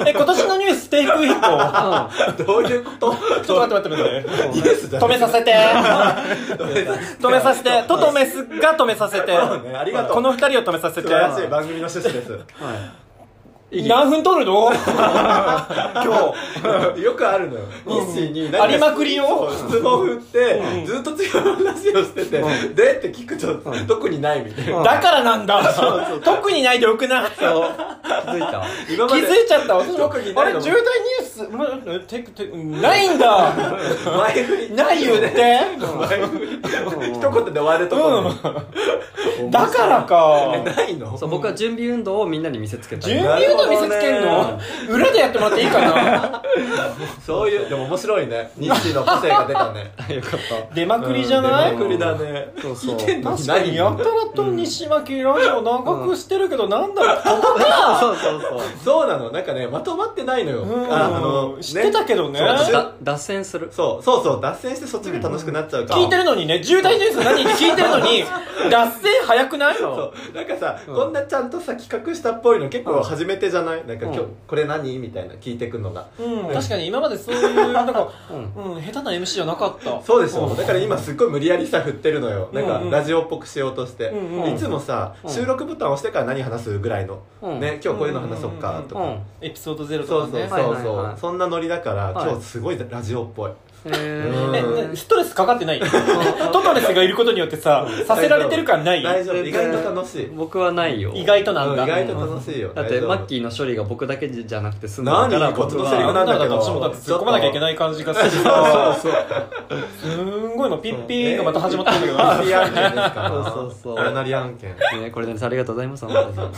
[SPEAKER 3] え今年のニューステイク以降
[SPEAKER 1] どういうこと (laughs)
[SPEAKER 3] ちょっと待って待って待って
[SPEAKER 1] ニュースだ
[SPEAKER 3] 止め
[SPEAKER 1] (laughs)
[SPEAKER 3] させて止
[SPEAKER 1] 止
[SPEAKER 3] めさせてととめすが止めさせて
[SPEAKER 1] そうねありがとう
[SPEAKER 3] この二人を止めさ
[SPEAKER 1] 素
[SPEAKER 3] せて
[SPEAKER 1] 晴らしい番組の趣旨です (laughs)
[SPEAKER 2] うん、はい
[SPEAKER 3] 何分撮るの今
[SPEAKER 1] (laughs) よくあるのよ22
[SPEAKER 3] 日ありまくりよ
[SPEAKER 1] そう質問振って、
[SPEAKER 3] ん
[SPEAKER 1] ずっと違う話をしてて、でって聞くと、特にないみたいな、
[SPEAKER 3] だからなん
[SPEAKER 1] (laughs)
[SPEAKER 3] だ特にないでよくない
[SPEAKER 2] 気づいたわ
[SPEAKER 1] 今
[SPEAKER 3] 気
[SPEAKER 1] ま
[SPEAKER 3] づい
[SPEAKER 1] で
[SPEAKER 3] ちゃった私も
[SPEAKER 1] 特にな
[SPEAKER 3] あ
[SPEAKER 1] い
[SPEAKER 3] れ
[SPEAKER 1] の
[SPEAKER 3] 重大ニュースまえテクテクないんだ
[SPEAKER 1] 前振り
[SPEAKER 3] ない言って
[SPEAKER 1] 前振り一言で終わるところに
[SPEAKER 3] だからか
[SPEAKER 1] えないの
[SPEAKER 2] そう僕は準備運動をみんなに見せつけた
[SPEAKER 3] 準備運動見せつけん
[SPEAKER 1] な
[SPEAKER 3] の裏でやってもらっていいか
[SPEAKER 1] (laughs)
[SPEAKER 3] な
[SPEAKER 1] そういうでも面白いね日誌の個性が出たね
[SPEAKER 2] よかっ
[SPEAKER 3] 出まくりじゃな
[SPEAKER 1] う
[SPEAKER 3] い、
[SPEAKER 1] ん出まくりだね
[SPEAKER 2] たそうそう
[SPEAKER 1] 聞いてんの
[SPEAKER 3] 確かにやたらと西巻ラジオ長くしてるけど、なんだろう
[SPEAKER 2] そうそうそう
[SPEAKER 1] そうなのなんかねまとまってないのよ、
[SPEAKER 3] うん
[SPEAKER 1] ああの
[SPEAKER 3] 知ってたけどね
[SPEAKER 1] そう
[SPEAKER 2] そう
[SPEAKER 1] 私
[SPEAKER 2] だ (laughs) 脱線する
[SPEAKER 1] そうそうそう脱線してそっちが楽しくなっちゃうから、
[SPEAKER 3] 聞いてるのにね重大ニュース何聞いてるのに脱線早くない
[SPEAKER 1] そうなんかさ、こんなちゃんとさ企画したっぽいの結構初めてじゃないなんか今日、
[SPEAKER 2] うん
[SPEAKER 1] これ何みたいな聞いてくのが
[SPEAKER 3] うん、確かに今までそういうなんか、
[SPEAKER 2] うん
[SPEAKER 3] うん、下手な MC じゃなかった
[SPEAKER 1] そうでしょ、だから今すっごい無理やりさ振ってるのよなんか、
[SPEAKER 3] うんうん
[SPEAKER 1] ラジオっぽくしようとして、
[SPEAKER 3] うんうん
[SPEAKER 1] いつもさ、
[SPEAKER 2] うん
[SPEAKER 1] 収録ボタン押してから何話すぐらいの、
[SPEAKER 2] うん
[SPEAKER 1] ね今日こういうの話そっかと
[SPEAKER 2] う
[SPEAKER 1] か、
[SPEAKER 2] ん
[SPEAKER 3] エピソードゼロ
[SPEAKER 1] そ
[SPEAKER 3] と
[SPEAKER 1] う
[SPEAKER 3] か
[SPEAKER 1] そうそう
[SPEAKER 3] ね
[SPEAKER 1] そう、
[SPEAKER 2] はいはいはい
[SPEAKER 1] そんなノリだから、
[SPEAKER 2] はい
[SPEAKER 1] 今日すごいラジオっぽいそ
[SPEAKER 2] へ
[SPEAKER 1] うそう
[SPEAKER 3] え
[SPEAKER 2] ー
[SPEAKER 3] ねストレスかかって
[SPEAKER 1] (laughs)
[SPEAKER 3] ないトトレスがいることによってささせられてる感ない
[SPEAKER 1] 大丈夫
[SPEAKER 2] 全
[SPEAKER 1] 意
[SPEAKER 2] 然
[SPEAKER 1] 外と楽しい
[SPEAKER 2] 僕はないよ
[SPEAKER 3] 意外となん
[SPEAKER 1] うん
[SPEAKER 3] だ、
[SPEAKER 1] 意外と楽しいよ
[SPEAKER 2] だっ
[SPEAKER 1] 大
[SPEAKER 2] て
[SPEAKER 1] 丈夫
[SPEAKER 2] マッキーの処理が僕だけじゃなくて済む
[SPEAKER 1] 何
[SPEAKER 2] から
[SPEAKER 1] こっち
[SPEAKER 2] 僕
[SPEAKER 1] のセリフ
[SPEAKER 2] は
[SPEAKER 1] な
[SPEAKER 3] なんん
[SPEAKER 1] だけ
[SPEAKER 3] だけ
[SPEAKER 1] ど
[SPEAKER 3] ど私もだって突っ込まなきゃいけない感じがするす
[SPEAKER 1] そうそう
[SPEAKER 3] ーんごいのピッピーがまた始まったんだけどな
[SPEAKER 1] ラリ案件ですから
[SPEAKER 2] そうそうそう
[SPEAKER 1] ラナリ案件ね
[SPEAKER 2] (laughs) ねこれですありがとうございます本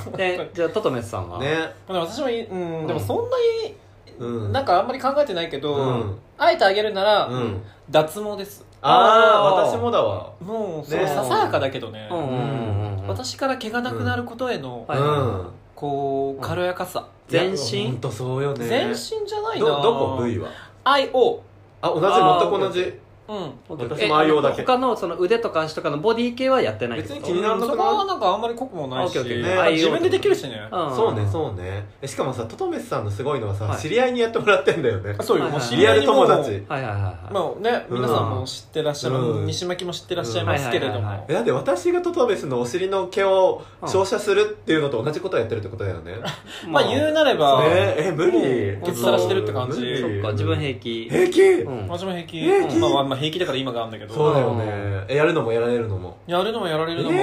[SPEAKER 2] 当にでじゃあトトメスさんは
[SPEAKER 3] でも私もいうんでもそんなに、
[SPEAKER 1] うん
[SPEAKER 3] なんかあんまり考えてないけど、
[SPEAKER 1] うん
[SPEAKER 3] あえてあげるなら、
[SPEAKER 1] うん
[SPEAKER 3] 脱毛です
[SPEAKER 1] ああ私もだわ
[SPEAKER 3] もう、
[SPEAKER 1] ね
[SPEAKER 3] そうささやかだけどね、
[SPEAKER 2] うんうんうんうん
[SPEAKER 3] 私から毛がなくなることへの、
[SPEAKER 2] うんはい
[SPEAKER 1] うん
[SPEAKER 3] こう軽やかさ、
[SPEAKER 1] い
[SPEAKER 2] 全
[SPEAKER 1] やほん
[SPEAKER 2] 身
[SPEAKER 1] とそうよね
[SPEAKER 3] 全身じゃないな
[SPEAKER 1] どどこ部位は
[SPEAKER 3] IO
[SPEAKER 1] あ同じ
[SPEAKER 3] あー
[SPEAKER 1] 全く同じ
[SPEAKER 3] うん
[SPEAKER 1] 私もあいうだけ
[SPEAKER 2] え他のその腕とか足とかのボディ系はやってない
[SPEAKER 1] 別に気にならなくない
[SPEAKER 3] そこはなんかあんまり濃くもないし、
[SPEAKER 2] オッケーオッ
[SPEAKER 1] ケーね
[SPEAKER 3] 自分でできるしね
[SPEAKER 1] そうね
[SPEAKER 2] う
[SPEAKER 1] そうねえしかもさトトメスさんのすごいのはさ
[SPEAKER 2] はい
[SPEAKER 1] 知り合いにやってもらってんだよね
[SPEAKER 3] そうよ、
[SPEAKER 2] はいはい
[SPEAKER 3] もう知
[SPEAKER 1] 知り
[SPEAKER 3] り
[SPEAKER 1] 合
[SPEAKER 3] 合い
[SPEAKER 1] い
[SPEAKER 3] にも
[SPEAKER 1] 友達
[SPEAKER 2] はいはいはい
[SPEAKER 3] まあね、
[SPEAKER 1] うん
[SPEAKER 3] 皆さんも知ってらっしゃる、
[SPEAKER 1] うん
[SPEAKER 3] 西巻も知ってらっしゃいますけれど
[SPEAKER 2] うんはいはい
[SPEAKER 3] も
[SPEAKER 2] は、
[SPEAKER 1] えだって私がトトメスのお尻の毛を
[SPEAKER 2] うん
[SPEAKER 1] 照射するっていうのと同じことをやってるってことだよねね
[SPEAKER 3] まあ言うなれば、
[SPEAKER 1] え無理
[SPEAKER 3] もう結らしてるって感じ
[SPEAKER 1] 無理
[SPEAKER 2] そっか自分平気
[SPEAKER 1] 平気
[SPEAKER 2] うん
[SPEAKER 3] 私も平気、
[SPEAKER 1] 平気
[SPEAKER 3] まあまあまあ平気だから今があるんだけど
[SPEAKER 1] そうだよねえやるのもやられるのも
[SPEAKER 3] やるのもやられるのも、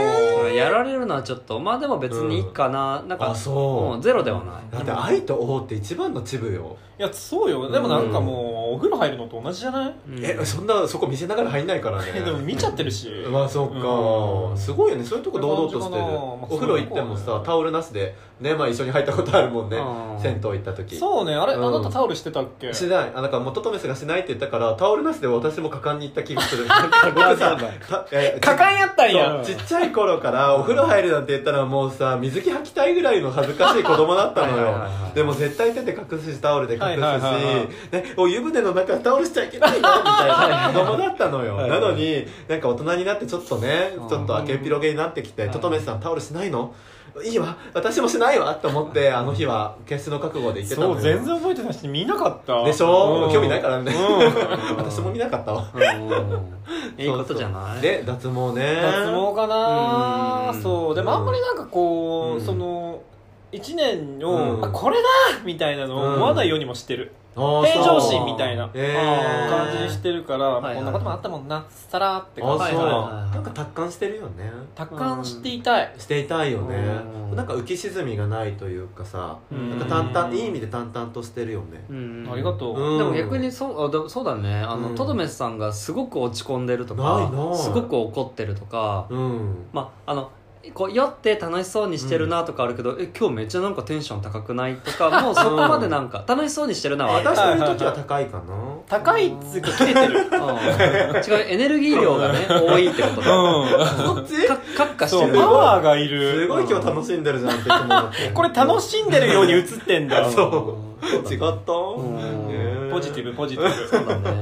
[SPEAKER 1] え
[SPEAKER 2] やられるのはちょっとまあでも別にいいかな、なんか
[SPEAKER 1] あそう
[SPEAKER 2] うんゼロではない
[SPEAKER 1] だって愛と王って一番のチブよ
[SPEAKER 3] いやそうよでもなんかもう、お風呂入るのと同じじゃない、
[SPEAKER 2] うん
[SPEAKER 1] えそんなそこ見せながら入んないからね
[SPEAKER 3] でも見ちゃってるし、
[SPEAKER 1] まあそっか、
[SPEAKER 3] うん
[SPEAKER 1] すごいよねそういうとこ堂々としてる、
[SPEAKER 3] こんな感じかなまあ
[SPEAKER 1] お風呂行っても
[SPEAKER 3] そうだ
[SPEAKER 1] さ
[SPEAKER 3] ね
[SPEAKER 1] タオルなしでねまあ一緒に入ったことあるもんね
[SPEAKER 2] うん
[SPEAKER 1] 銭湯行った時
[SPEAKER 3] そうねあれ、
[SPEAKER 1] うん
[SPEAKER 3] あなたタオルしてたっけ
[SPEAKER 1] しないあなんかもうトトメスがしないって言ったからタオルなしで私も果敢に行った気がす
[SPEAKER 3] (laughs)
[SPEAKER 1] るなんか僕さたえ
[SPEAKER 3] 果敢やったんや
[SPEAKER 1] そうちっちゃい頃からお風呂入るなんて言ったらもうさ水着履きたいぐらいの恥ずかしい子供だったの
[SPEAKER 2] はいはいはいは
[SPEAKER 1] よ
[SPEAKER 2] い
[SPEAKER 1] でも絶対手で隠すしタオルで隠すし、
[SPEAKER 3] はいはいはいはい
[SPEAKER 1] ね、お湯船の中タオルしちゃいけないよみたいな子供だったのよ
[SPEAKER 3] はい
[SPEAKER 1] な
[SPEAKER 3] は
[SPEAKER 1] いのになんか大人になってちょっとねち
[SPEAKER 2] う
[SPEAKER 1] ょ
[SPEAKER 2] ん
[SPEAKER 1] っと明けっぴろげになってきて
[SPEAKER 2] はい
[SPEAKER 1] ととめさんタオルしないのいいわ私もしないわと思ってあの日は決死の覚悟で行ってたの
[SPEAKER 3] そ
[SPEAKER 1] よ
[SPEAKER 3] う全然覚えてないし見なかった
[SPEAKER 1] でしょ、
[SPEAKER 3] うん
[SPEAKER 1] 興味ないからね、
[SPEAKER 2] ん
[SPEAKER 1] 私も見なかったわ
[SPEAKER 2] うんいいことじゃない
[SPEAKER 1] で脱毛ね
[SPEAKER 3] (laughs) 脱毛かな
[SPEAKER 2] うん
[SPEAKER 3] そうでもあんまりなんかこう、
[SPEAKER 1] うん
[SPEAKER 3] その1年
[SPEAKER 1] う
[SPEAKER 3] を、
[SPEAKER 1] ん
[SPEAKER 3] あこれだみたいなのを思わないようにもしてる、
[SPEAKER 1] 平
[SPEAKER 3] 平常心みたいな
[SPEAKER 1] えー、
[SPEAKER 3] 感じにしてるから、
[SPEAKER 1] いはい
[SPEAKER 3] こんなこともあったもんなさらって
[SPEAKER 1] あ
[SPEAKER 3] 感
[SPEAKER 1] そう、
[SPEAKER 3] じ
[SPEAKER 2] はいはいはい
[SPEAKER 1] なんか達観してるよね
[SPEAKER 3] 達観していたい、
[SPEAKER 1] していたいよね
[SPEAKER 2] うん
[SPEAKER 1] なんか浮き沈みがないというかさ
[SPEAKER 2] うん
[SPEAKER 1] なんか淡々いい意味で淡々としてるよね
[SPEAKER 2] うん
[SPEAKER 3] ありがとう、
[SPEAKER 1] うん
[SPEAKER 2] でも逆にそうあでもそうだねあの、
[SPEAKER 1] うん
[SPEAKER 2] とどめさんがすごく落ち込んでると
[SPEAKER 1] な
[SPEAKER 2] か
[SPEAKER 1] いない
[SPEAKER 2] すごく怒ってるとか、
[SPEAKER 1] うん
[SPEAKER 2] まああのこう酔って楽しそうにしてるなとかあるけど、え今日めっちゃなんかテンション高くないとかもうそこまでなんか楽しそうにしてるなはある
[SPEAKER 1] 私といる時は高いかな
[SPEAKER 3] 高いっつうか切れてる
[SPEAKER 2] うん違うエネルギー量がね多いってことだ
[SPEAKER 1] こっち
[SPEAKER 2] か閣下し
[SPEAKER 3] (laughs) そ
[SPEAKER 2] て
[SPEAKER 3] う
[SPEAKER 2] る
[SPEAKER 3] パワーがいる
[SPEAKER 1] すごい今日楽しんでるじゃんっていつも思 (laughs) って
[SPEAKER 3] これ楽しんでるように映ってん
[SPEAKER 1] (laughs)
[SPEAKER 3] だ
[SPEAKER 1] そう
[SPEAKER 2] うん
[SPEAKER 1] 違った
[SPEAKER 2] ん
[SPEAKER 1] ね
[SPEAKER 3] ポジティブポジティブ
[SPEAKER 2] そうだね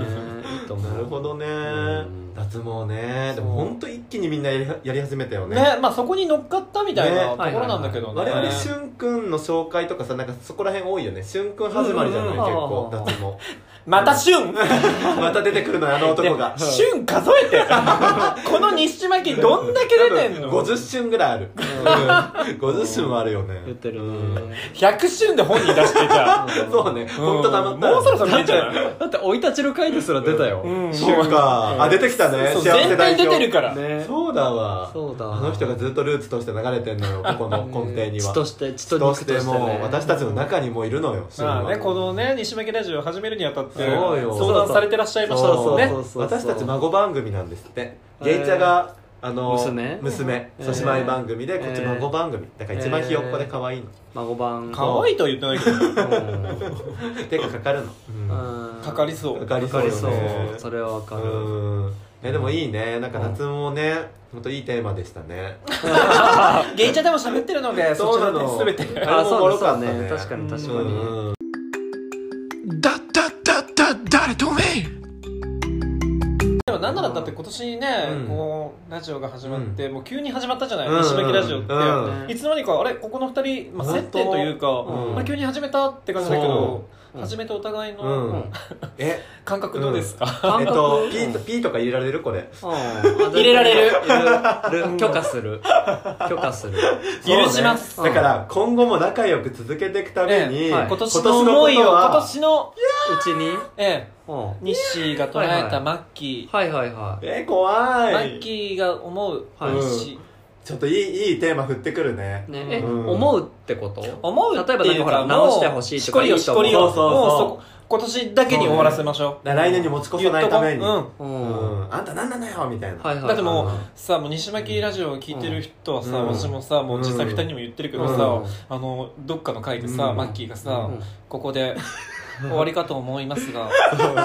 [SPEAKER 2] いいと思う
[SPEAKER 1] なるほどね
[SPEAKER 2] ん
[SPEAKER 1] 脱毛ねでも
[SPEAKER 3] そう
[SPEAKER 1] 本当一気にみんなやりやり始めたよね
[SPEAKER 3] ねまあそこに乗っかったみたいなところなんだけどね
[SPEAKER 1] 我々しゅんくんの紹介とかさなんかそこら辺多いよねしゅんくん始まりじゃない
[SPEAKER 2] うん
[SPEAKER 1] 結構
[SPEAKER 2] あ
[SPEAKER 1] 脱
[SPEAKER 2] ー
[SPEAKER 1] 毛
[SPEAKER 3] また旬
[SPEAKER 1] また出てくるのよあの男が
[SPEAKER 3] 旬数え
[SPEAKER 1] (laughs)
[SPEAKER 3] てこの西巻どんだけ出てんの
[SPEAKER 1] 50旬ぐらいある50旬 (laughs) はあるよね
[SPEAKER 2] 言ってる
[SPEAKER 1] うん
[SPEAKER 2] ね
[SPEAKER 3] 100旬で本人出してじゃあ
[SPEAKER 1] そうね (laughs) 本当たまった
[SPEAKER 3] もうそろそろ出んじゃない
[SPEAKER 2] だって生い立ちの回ですら出たよ、
[SPEAKER 3] うん
[SPEAKER 1] そうかあ出てきたね
[SPEAKER 3] そう
[SPEAKER 1] 幸せ
[SPEAKER 3] 全
[SPEAKER 1] 代表
[SPEAKER 3] 体出てるから
[SPEAKER 2] ね
[SPEAKER 1] そうだわ
[SPEAKER 2] そうだ
[SPEAKER 1] あの人がずっとルーツとして流れてんのよここの根底には
[SPEAKER 2] 血として血と
[SPEAKER 1] 血とし
[SPEAKER 2] 肉としてて
[SPEAKER 1] もう私たちの中にもいるのよ旬は
[SPEAKER 3] まあねこのね西巻ラジオを始めるにあたって
[SPEAKER 1] そうよ
[SPEAKER 3] 相談されてらっしゃいましたもんね
[SPEAKER 2] そうそう
[SPEAKER 1] 私たち孫番組なんですって
[SPEAKER 2] えー
[SPEAKER 1] ゲイチャが、あの
[SPEAKER 2] 娘
[SPEAKER 1] 娘
[SPEAKER 2] えー
[SPEAKER 1] そしまい番組でこっち
[SPEAKER 2] えー
[SPEAKER 1] 孫番組だから一番ひよっこで可愛いの、
[SPEAKER 2] 孫版
[SPEAKER 3] 可愛いとは言ってないけど
[SPEAKER 1] 手がかかるの、うん
[SPEAKER 3] かかりそう
[SPEAKER 1] かかりそ
[SPEAKER 2] か
[SPEAKER 1] う
[SPEAKER 2] り
[SPEAKER 1] よ
[SPEAKER 2] そ
[SPEAKER 1] ね
[SPEAKER 2] うそれはわかる
[SPEAKER 1] うんえでもいいねなんか夏もね本当いいテーマでしたね
[SPEAKER 3] ゲイチャでも喋ってるのでそちらで全て
[SPEAKER 1] あれもおもろかったね
[SPEAKER 2] あそうだそうだね確かに確かに
[SPEAKER 1] うん
[SPEAKER 4] だだだだ誰とめ
[SPEAKER 3] でもなんならだって今年ね、
[SPEAKER 1] うん
[SPEAKER 3] こうラジオが始まって、もう急に始まったじゃない、
[SPEAKER 1] うん
[SPEAKER 3] 西巻ラジオって、
[SPEAKER 1] うん
[SPEAKER 3] いつの間にかあれここの二人、まあ、
[SPEAKER 1] 本
[SPEAKER 3] 接
[SPEAKER 1] 当
[SPEAKER 3] 点というか、
[SPEAKER 1] うん
[SPEAKER 3] あれ急に始めたって感じだけど、
[SPEAKER 2] そう
[SPEAKER 3] 初めてお互い
[SPEAKER 1] うん、
[SPEAKER 3] の
[SPEAKER 1] え
[SPEAKER 3] 感覚どうですか、
[SPEAKER 2] 感
[SPEAKER 1] えっ
[SPEAKER 2] 覚
[SPEAKER 1] と P と P とか入れられるこれ
[SPEAKER 2] 入
[SPEAKER 3] れられる
[SPEAKER 2] 許可する許可する
[SPEAKER 1] そうね
[SPEAKER 3] 許します
[SPEAKER 1] だから今後も仲良く続けていくために、
[SPEAKER 2] ええはい
[SPEAKER 3] 今年の思いを
[SPEAKER 1] 今年のことは
[SPEAKER 3] 今年の、
[SPEAKER 2] うちに
[SPEAKER 3] ええ、
[SPEAKER 2] うんは
[SPEAKER 3] ニッシーが捉えたマッキ
[SPEAKER 2] いはいは
[SPEAKER 1] えー怖
[SPEAKER 3] ー、
[SPEAKER 1] い
[SPEAKER 3] マッキーが思う、
[SPEAKER 2] はい
[SPEAKER 3] ニッシー
[SPEAKER 1] ちょっといいいいテーマ振ってくるね
[SPEAKER 2] いねえ
[SPEAKER 1] うん
[SPEAKER 2] 思うってこと
[SPEAKER 3] 思うって
[SPEAKER 2] 例えばなん
[SPEAKER 3] い
[SPEAKER 2] か
[SPEAKER 3] う
[SPEAKER 2] ほら
[SPEAKER 3] もう
[SPEAKER 2] 直してほしい
[SPEAKER 3] し
[SPEAKER 2] と
[SPEAKER 3] こ
[SPEAKER 2] か
[SPEAKER 3] り
[SPEAKER 2] い
[SPEAKER 3] よ
[SPEAKER 2] い
[SPEAKER 3] し
[SPEAKER 2] と
[SPEAKER 3] こ
[SPEAKER 2] 思う
[SPEAKER 3] り
[SPEAKER 1] そ
[SPEAKER 3] よ
[SPEAKER 1] うそうそう
[SPEAKER 3] もうそこ今年だけに終わらせましょう
[SPEAKER 1] だから来年に持ち越さないために、
[SPEAKER 3] 言っとこ
[SPEAKER 2] う
[SPEAKER 1] うん
[SPEAKER 2] ん
[SPEAKER 1] あんた何なのよみたいな、
[SPEAKER 2] はいはいはい
[SPEAKER 3] だってもうさもう西巻ラジオを聞いてる人はさ、
[SPEAKER 1] うん
[SPEAKER 3] 私もさもう実際
[SPEAKER 1] うん
[SPEAKER 3] 2人にも言ってるけどさ、
[SPEAKER 2] うん
[SPEAKER 3] あのどっかの回でさ、
[SPEAKER 1] うん
[SPEAKER 3] マッキーがさ、
[SPEAKER 1] うん
[SPEAKER 3] こ
[SPEAKER 1] (laughs)
[SPEAKER 3] こで終わりかと思いますが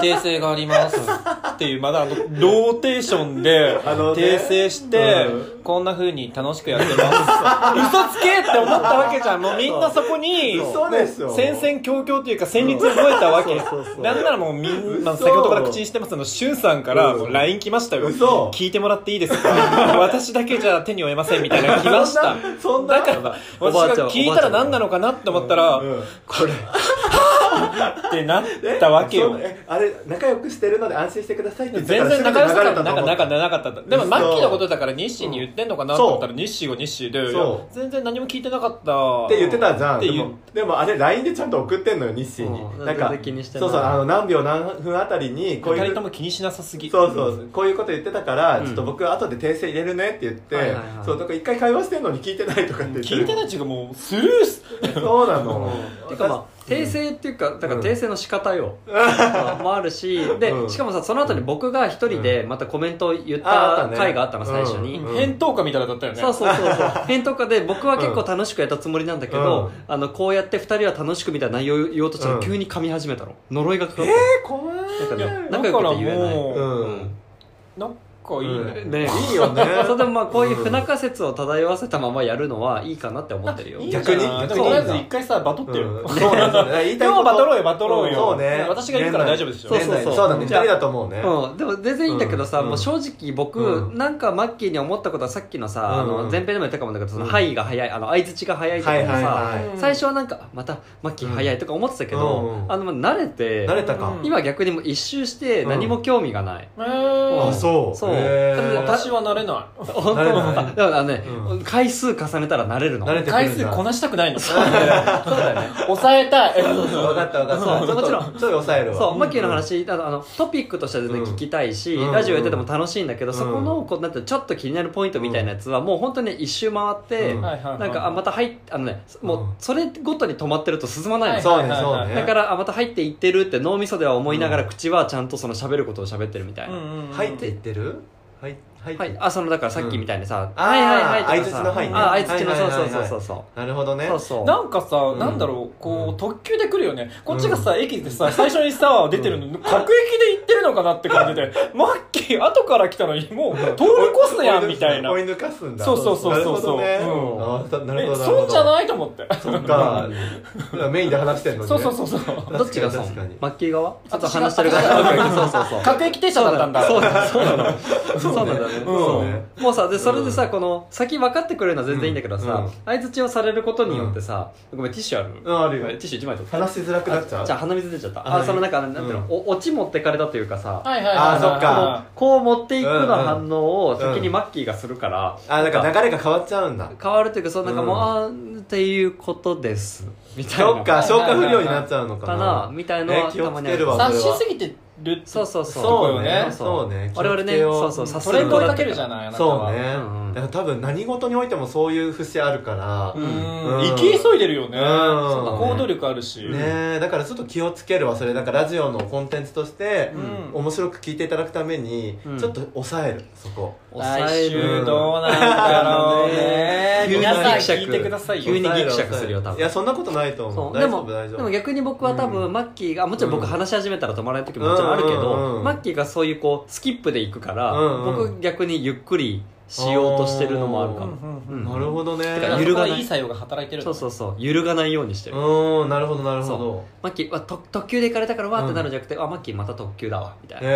[SPEAKER 3] 訂正がありますっていうまだあのローテーションで
[SPEAKER 1] あのね
[SPEAKER 3] 訂正して、
[SPEAKER 1] う
[SPEAKER 3] こんな風に楽しくやって
[SPEAKER 1] (laughs)
[SPEAKER 3] ます嘘つけって思ったわけじゃんもうみんなそこに
[SPEAKER 1] 嘘でしょ
[SPEAKER 3] 戦々恐々というか戦慄を覚えたわけ
[SPEAKER 1] そうそうそう
[SPEAKER 3] なんならもうみん、まあ、
[SPEAKER 1] 嘘
[SPEAKER 3] 先ほどから口にしてますあのしゅんさんから
[SPEAKER 1] うん
[SPEAKER 3] もう LINE 来ましたよ
[SPEAKER 1] 嘘
[SPEAKER 3] 聞いてもらっていいですか (laughs) 私だけじゃ手に負えませんみたいな来
[SPEAKER 1] (laughs)
[SPEAKER 3] ました
[SPEAKER 1] そんな
[SPEAKER 3] だから私が聞いたら何なのかなって思ったら、
[SPEAKER 1] うん
[SPEAKER 3] これってなったわけ
[SPEAKER 1] そ
[SPEAKER 3] よ
[SPEAKER 1] うえあれ仲良くしてるので安心してくださいって言
[SPEAKER 3] 全
[SPEAKER 1] ってたら
[SPEAKER 3] 然仲良さなんかな
[SPEAKER 1] すぐ流れたと思
[SPEAKER 3] か
[SPEAKER 1] う
[SPEAKER 3] なかなかったでもマッキーのことだから日誌に言ってんのかなと思ったら日誌を日誌でいや
[SPEAKER 1] そう
[SPEAKER 3] 全然何も聞いてなかった
[SPEAKER 1] って言ってたじゃん
[SPEAKER 3] って
[SPEAKER 1] で
[SPEAKER 3] 言
[SPEAKER 1] もでもあれ LINE でちゃんと送ってんのよ日誌に、
[SPEAKER 2] うん
[SPEAKER 1] なんか
[SPEAKER 2] 全然気にして
[SPEAKER 1] そ
[SPEAKER 2] ないう
[SPEAKER 1] そうあの何秒何分あたりにこう
[SPEAKER 3] 二
[SPEAKER 1] いう
[SPEAKER 3] 人とも気にしなさすぎ
[SPEAKER 1] そうそうこういうこと言ってたから、
[SPEAKER 2] うん
[SPEAKER 1] ちょっと僕後で訂正入れるねって言って、
[SPEAKER 2] はいはいはい
[SPEAKER 1] そうだから一回会話してんのに聞いてないとかって言って
[SPEAKER 3] 聞いてないいっていうかもうスルーす
[SPEAKER 1] そうなの
[SPEAKER 2] てかまあ訂正っていうかだから訂正の仕方よ、もあるしで、
[SPEAKER 1] うん
[SPEAKER 2] しかもさその後に僕が一人でまたコメントを言っ
[SPEAKER 1] ああったたね
[SPEAKER 2] 回があったの最初に、
[SPEAKER 1] うん
[SPEAKER 3] 返答かみたいなのだったよね
[SPEAKER 2] そうそうそうそう返答かで僕は結構楽しくやったつもりなんだけど、
[SPEAKER 1] うん
[SPEAKER 2] あのこうやって二人は楽しくみたいな内容を言おうとした
[SPEAKER 1] う
[SPEAKER 2] ら
[SPEAKER 1] ん
[SPEAKER 2] 急に噛み始めたの呪いがかかっ
[SPEAKER 1] えー怖い
[SPEAKER 2] た、なんかね
[SPEAKER 3] だ
[SPEAKER 2] 仲
[SPEAKER 3] か
[SPEAKER 2] 良く
[SPEAKER 3] ら
[SPEAKER 2] て言えない
[SPEAKER 1] うん
[SPEAKER 3] もう、
[SPEAKER 1] うん
[SPEAKER 3] 仲いいね、
[SPEAKER 1] うん
[SPEAKER 2] ね
[SPEAKER 1] いいよね
[SPEAKER 2] それでもまあこういう不仲説を漂わせたままやるのはいいかなって思ってるよ
[SPEAKER 3] いいんじゃ
[SPEAKER 1] 逆
[SPEAKER 3] ない
[SPEAKER 1] に
[SPEAKER 3] でもとりあえず一回さバト
[SPEAKER 1] う
[SPEAKER 3] っ
[SPEAKER 1] ん
[SPEAKER 3] てよ、
[SPEAKER 1] そうなんだね言いたい
[SPEAKER 3] 今
[SPEAKER 1] こと
[SPEAKER 3] 日バトろうよバトろうよ
[SPEAKER 1] そうね
[SPEAKER 3] 私がいるから大丈夫でしょ
[SPEAKER 1] そうそうそう
[SPEAKER 2] そうそうそう
[SPEAKER 1] そうだね二
[SPEAKER 2] じゃあ
[SPEAKER 1] 人だと思うね
[SPEAKER 2] うん、でも全然いいんだけどさ、
[SPEAKER 1] うん
[SPEAKER 2] もう正直僕、
[SPEAKER 1] うん
[SPEAKER 2] なんかマッキーに思ったことはさっきのさ、
[SPEAKER 1] うん
[SPEAKER 2] あの前編でも言ったかもだけどその
[SPEAKER 1] うん
[SPEAKER 2] 範囲が早いあの相づちが早いとか
[SPEAKER 1] は
[SPEAKER 2] も
[SPEAKER 1] い
[SPEAKER 2] さ、
[SPEAKER 1] はいは
[SPEAKER 2] 最初はなんかまたマッキー早いとか思ってたけど、
[SPEAKER 1] うんうん
[SPEAKER 2] あのまあ慣れて
[SPEAKER 1] い慣れたか
[SPEAKER 3] うん
[SPEAKER 2] 今逆にもう一周して何も興味がない、
[SPEAKER 3] えー
[SPEAKER 1] あそう
[SPEAKER 2] そう、
[SPEAKER 1] へへー
[SPEAKER 3] 私はなれない
[SPEAKER 2] 本
[SPEAKER 1] 慣れない
[SPEAKER 2] 当だからね、
[SPEAKER 1] う
[SPEAKER 2] 回数重ねたら慣れるの
[SPEAKER 1] 慣れてくるんだ
[SPEAKER 3] (laughs) 回数こなしたくないの
[SPEAKER 2] そうだよね
[SPEAKER 3] (laughs) 抑えたい
[SPEAKER 1] 分かった分かったそう
[SPEAKER 2] もちろん
[SPEAKER 1] ちょっと抑えるわ
[SPEAKER 2] そうマッキーの話あのあのトピックとしては全然聞きたいし、
[SPEAKER 1] うん
[SPEAKER 2] ラジオやってても楽しいんだけど、
[SPEAKER 1] うん
[SPEAKER 2] そこのこうなんてちょっと気になるポイントみたいなやつは、もう本当に一周回って、
[SPEAKER 1] うん
[SPEAKER 3] はいはいはい
[SPEAKER 2] なんかあまた入っあのねも
[SPEAKER 1] う
[SPEAKER 2] うんそれごとに止まってると進まないの、
[SPEAKER 3] はい
[SPEAKER 1] そうねそうね
[SPEAKER 2] だかららあまた入っていってるって脳みそでは思いながら、
[SPEAKER 1] うん
[SPEAKER 2] 口はちゃんとその喋ることを喋ってるみたいな、
[SPEAKER 1] 入っていってる入入って
[SPEAKER 2] はい、あそのだからさっきみたいにさ「
[SPEAKER 1] うん
[SPEAKER 2] はいはいはい」
[SPEAKER 1] あー相
[SPEAKER 2] とかさ
[SPEAKER 1] 槌のはいね
[SPEAKER 2] あ相槌の
[SPEAKER 1] はい
[SPEAKER 2] そ
[SPEAKER 1] は
[SPEAKER 2] う
[SPEAKER 1] いはい
[SPEAKER 2] そ
[SPEAKER 1] は
[SPEAKER 2] う
[SPEAKER 1] い
[SPEAKER 2] そうそうそう
[SPEAKER 1] なるほどね
[SPEAKER 2] そうそう
[SPEAKER 3] なんかさ、
[SPEAKER 1] ん
[SPEAKER 3] なんだろうこう、
[SPEAKER 1] うん
[SPEAKER 3] 特急で来るよねこっちがさ、駅でさ最初にさ出てるのに各駅で行ってるのかなって感じで (laughs) マッキー後から来たのにもう通り越すやんみ
[SPEAKER 1] (laughs)
[SPEAKER 3] たいな
[SPEAKER 1] 追い
[SPEAKER 3] え
[SPEAKER 1] 抜かすんだ
[SPEAKER 3] そうそうそうそうそう
[SPEAKER 1] なる
[SPEAKER 3] う
[SPEAKER 1] ほ
[SPEAKER 3] ん
[SPEAKER 1] どねあなるほど
[SPEAKER 3] そうじゃ
[SPEAKER 1] い
[SPEAKER 3] ないと思って
[SPEAKER 1] そっかだからメインで話してんのに
[SPEAKER 3] そ
[SPEAKER 1] ね
[SPEAKER 3] うそうそうそう
[SPEAKER 2] どっちがそう
[SPEAKER 1] 確かに
[SPEAKER 2] マッキー側ちょっと
[SPEAKER 3] 私が
[SPEAKER 2] 話してる側そうそうそう
[SPEAKER 3] 各駅停車だったんだ
[SPEAKER 2] そうなのそうなのそうなんだ
[SPEAKER 1] うん
[SPEAKER 2] ねそ
[SPEAKER 1] そうね
[SPEAKER 2] うもうさでそれで
[SPEAKER 1] う
[SPEAKER 2] さ
[SPEAKER 1] ん
[SPEAKER 2] この先分かってくれるのは全然いいんだけど
[SPEAKER 1] うんう
[SPEAKER 2] さ
[SPEAKER 1] ん
[SPEAKER 2] 相槌をされることによってさごめんティッシュある
[SPEAKER 1] うんある
[SPEAKER 2] ご
[SPEAKER 1] よ
[SPEAKER 2] めんティッシュ一枚取って
[SPEAKER 1] 話しづらくなっちゃう
[SPEAKER 2] じゃあ鼻水出ちゃった
[SPEAKER 1] は
[SPEAKER 2] あ
[SPEAKER 1] い
[SPEAKER 2] そのなんかなんてい
[SPEAKER 1] う
[SPEAKER 2] うの
[SPEAKER 1] ん
[SPEAKER 2] おオチ持ってかれたというかさ
[SPEAKER 3] はいはいはい
[SPEAKER 1] あーそっか
[SPEAKER 2] こう持っていくの
[SPEAKER 1] う
[SPEAKER 2] 反応を
[SPEAKER 1] ん
[SPEAKER 2] 先にマッキーがするから
[SPEAKER 1] あなんか流れが変わっちゃうんだ
[SPEAKER 2] 変わるというかそのなんかもう
[SPEAKER 1] うん
[SPEAKER 2] あーっていうことですみたいな
[SPEAKER 1] そっか消化不良になっちゃうのか
[SPEAKER 2] かな
[SPEAKER 1] な
[SPEAKER 2] みたいなのは
[SPEAKER 1] え気を
[SPEAKER 2] た
[SPEAKER 1] つ
[SPEAKER 2] まにあ
[SPEAKER 1] ける
[SPEAKER 2] る
[SPEAKER 1] わ
[SPEAKER 3] 察しすぎてる
[SPEAKER 2] そうそうそう
[SPEAKER 1] そうね
[SPEAKER 2] そ
[SPEAKER 1] そううね
[SPEAKER 2] 我々ね
[SPEAKER 1] 気をつけよ
[SPEAKER 2] そう
[SPEAKER 1] う
[SPEAKER 2] そう察
[SPEAKER 3] そ
[SPEAKER 2] する
[SPEAKER 3] れ
[SPEAKER 2] 子
[SPEAKER 3] 声
[SPEAKER 2] だ
[SPEAKER 3] か
[SPEAKER 2] っ
[SPEAKER 3] け
[SPEAKER 2] た
[SPEAKER 3] るじゃないあなた
[SPEAKER 1] そう
[SPEAKER 3] は
[SPEAKER 1] ね
[SPEAKER 2] うんうん
[SPEAKER 1] だから多分何事においてもそういう節あるから
[SPEAKER 3] う
[SPEAKER 1] うん
[SPEAKER 3] ん行き急いでるよね
[SPEAKER 1] うん
[SPEAKER 3] そうだ行動力あるし
[SPEAKER 1] ねえだからちょっと気をつけるわそれだからラジオのコンテンツとして
[SPEAKER 3] うん
[SPEAKER 1] 面白く聞いていただくために
[SPEAKER 2] うん
[SPEAKER 1] ちょっと抑えるそこ
[SPEAKER 3] 来
[SPEAKER 2] 抑える
[SPEAKER 3] 週どうなんだろう (laughs) ね
[SPEAKER 1] 急に
[SPEAKER 3] 皆さん聞いてください
[SPEAKER 2] 急
[SPEAKER 3] よ
[SPEAKER 2] にギクシャ
[SPEAKER 1] 抑え
[SPEAKER 2] ク
[SPEAKER 1] る
[SPEAKER 2] するよ多分
[SPEAKER 1] いやそんなことないと思
[SPEAKER 2] そうう
[SPEAKER 1] 大
[SPEAKER 2] で
[SPEAKER 1] 丈
[SPEAKER 2] も
[SPEAKER 1] 夫大丈
[SPEAKER 2] で
[SPEAKER 1] 夫
[SPEAKER 2] も逆に僕は多分、
[SPEAKER 1] うん
[SPEAKER 2] マッキーがもちろん僕
[SPEAKER 1] うん
[SPEAKER 2] 話し始めたら止まらない時ももちろんあるけど、
[SPEAKER 1] うんうんうん
[SPEAKER 2] マッキーがそういうこうスキップで行くから、
[SPEAKER 1] うんうん
[SPEAKER 2] 僕逆にゆっくりしようとしてるのもあるか
[SPEAKER 1] う
[SPEAKER 2] も
[SPEAKER 1] ん、
[SPEAKER 2] う
[SPEAKER 1] なるほどね
[SPEAKER 2] てかゆるがない
[SPEAKER 3] そこでいい作用が働いてる
[SPEAKER 2] そうそううそう揺るがないようにしてる、
[SPEAKER 1] うんなるほどなるほど
[SPEAKER 2] そマッキーは特特急で行かれたからわーってなるんじゃなくて、あマッキーまた特急だわみたいな、
[SPEAKER 1] え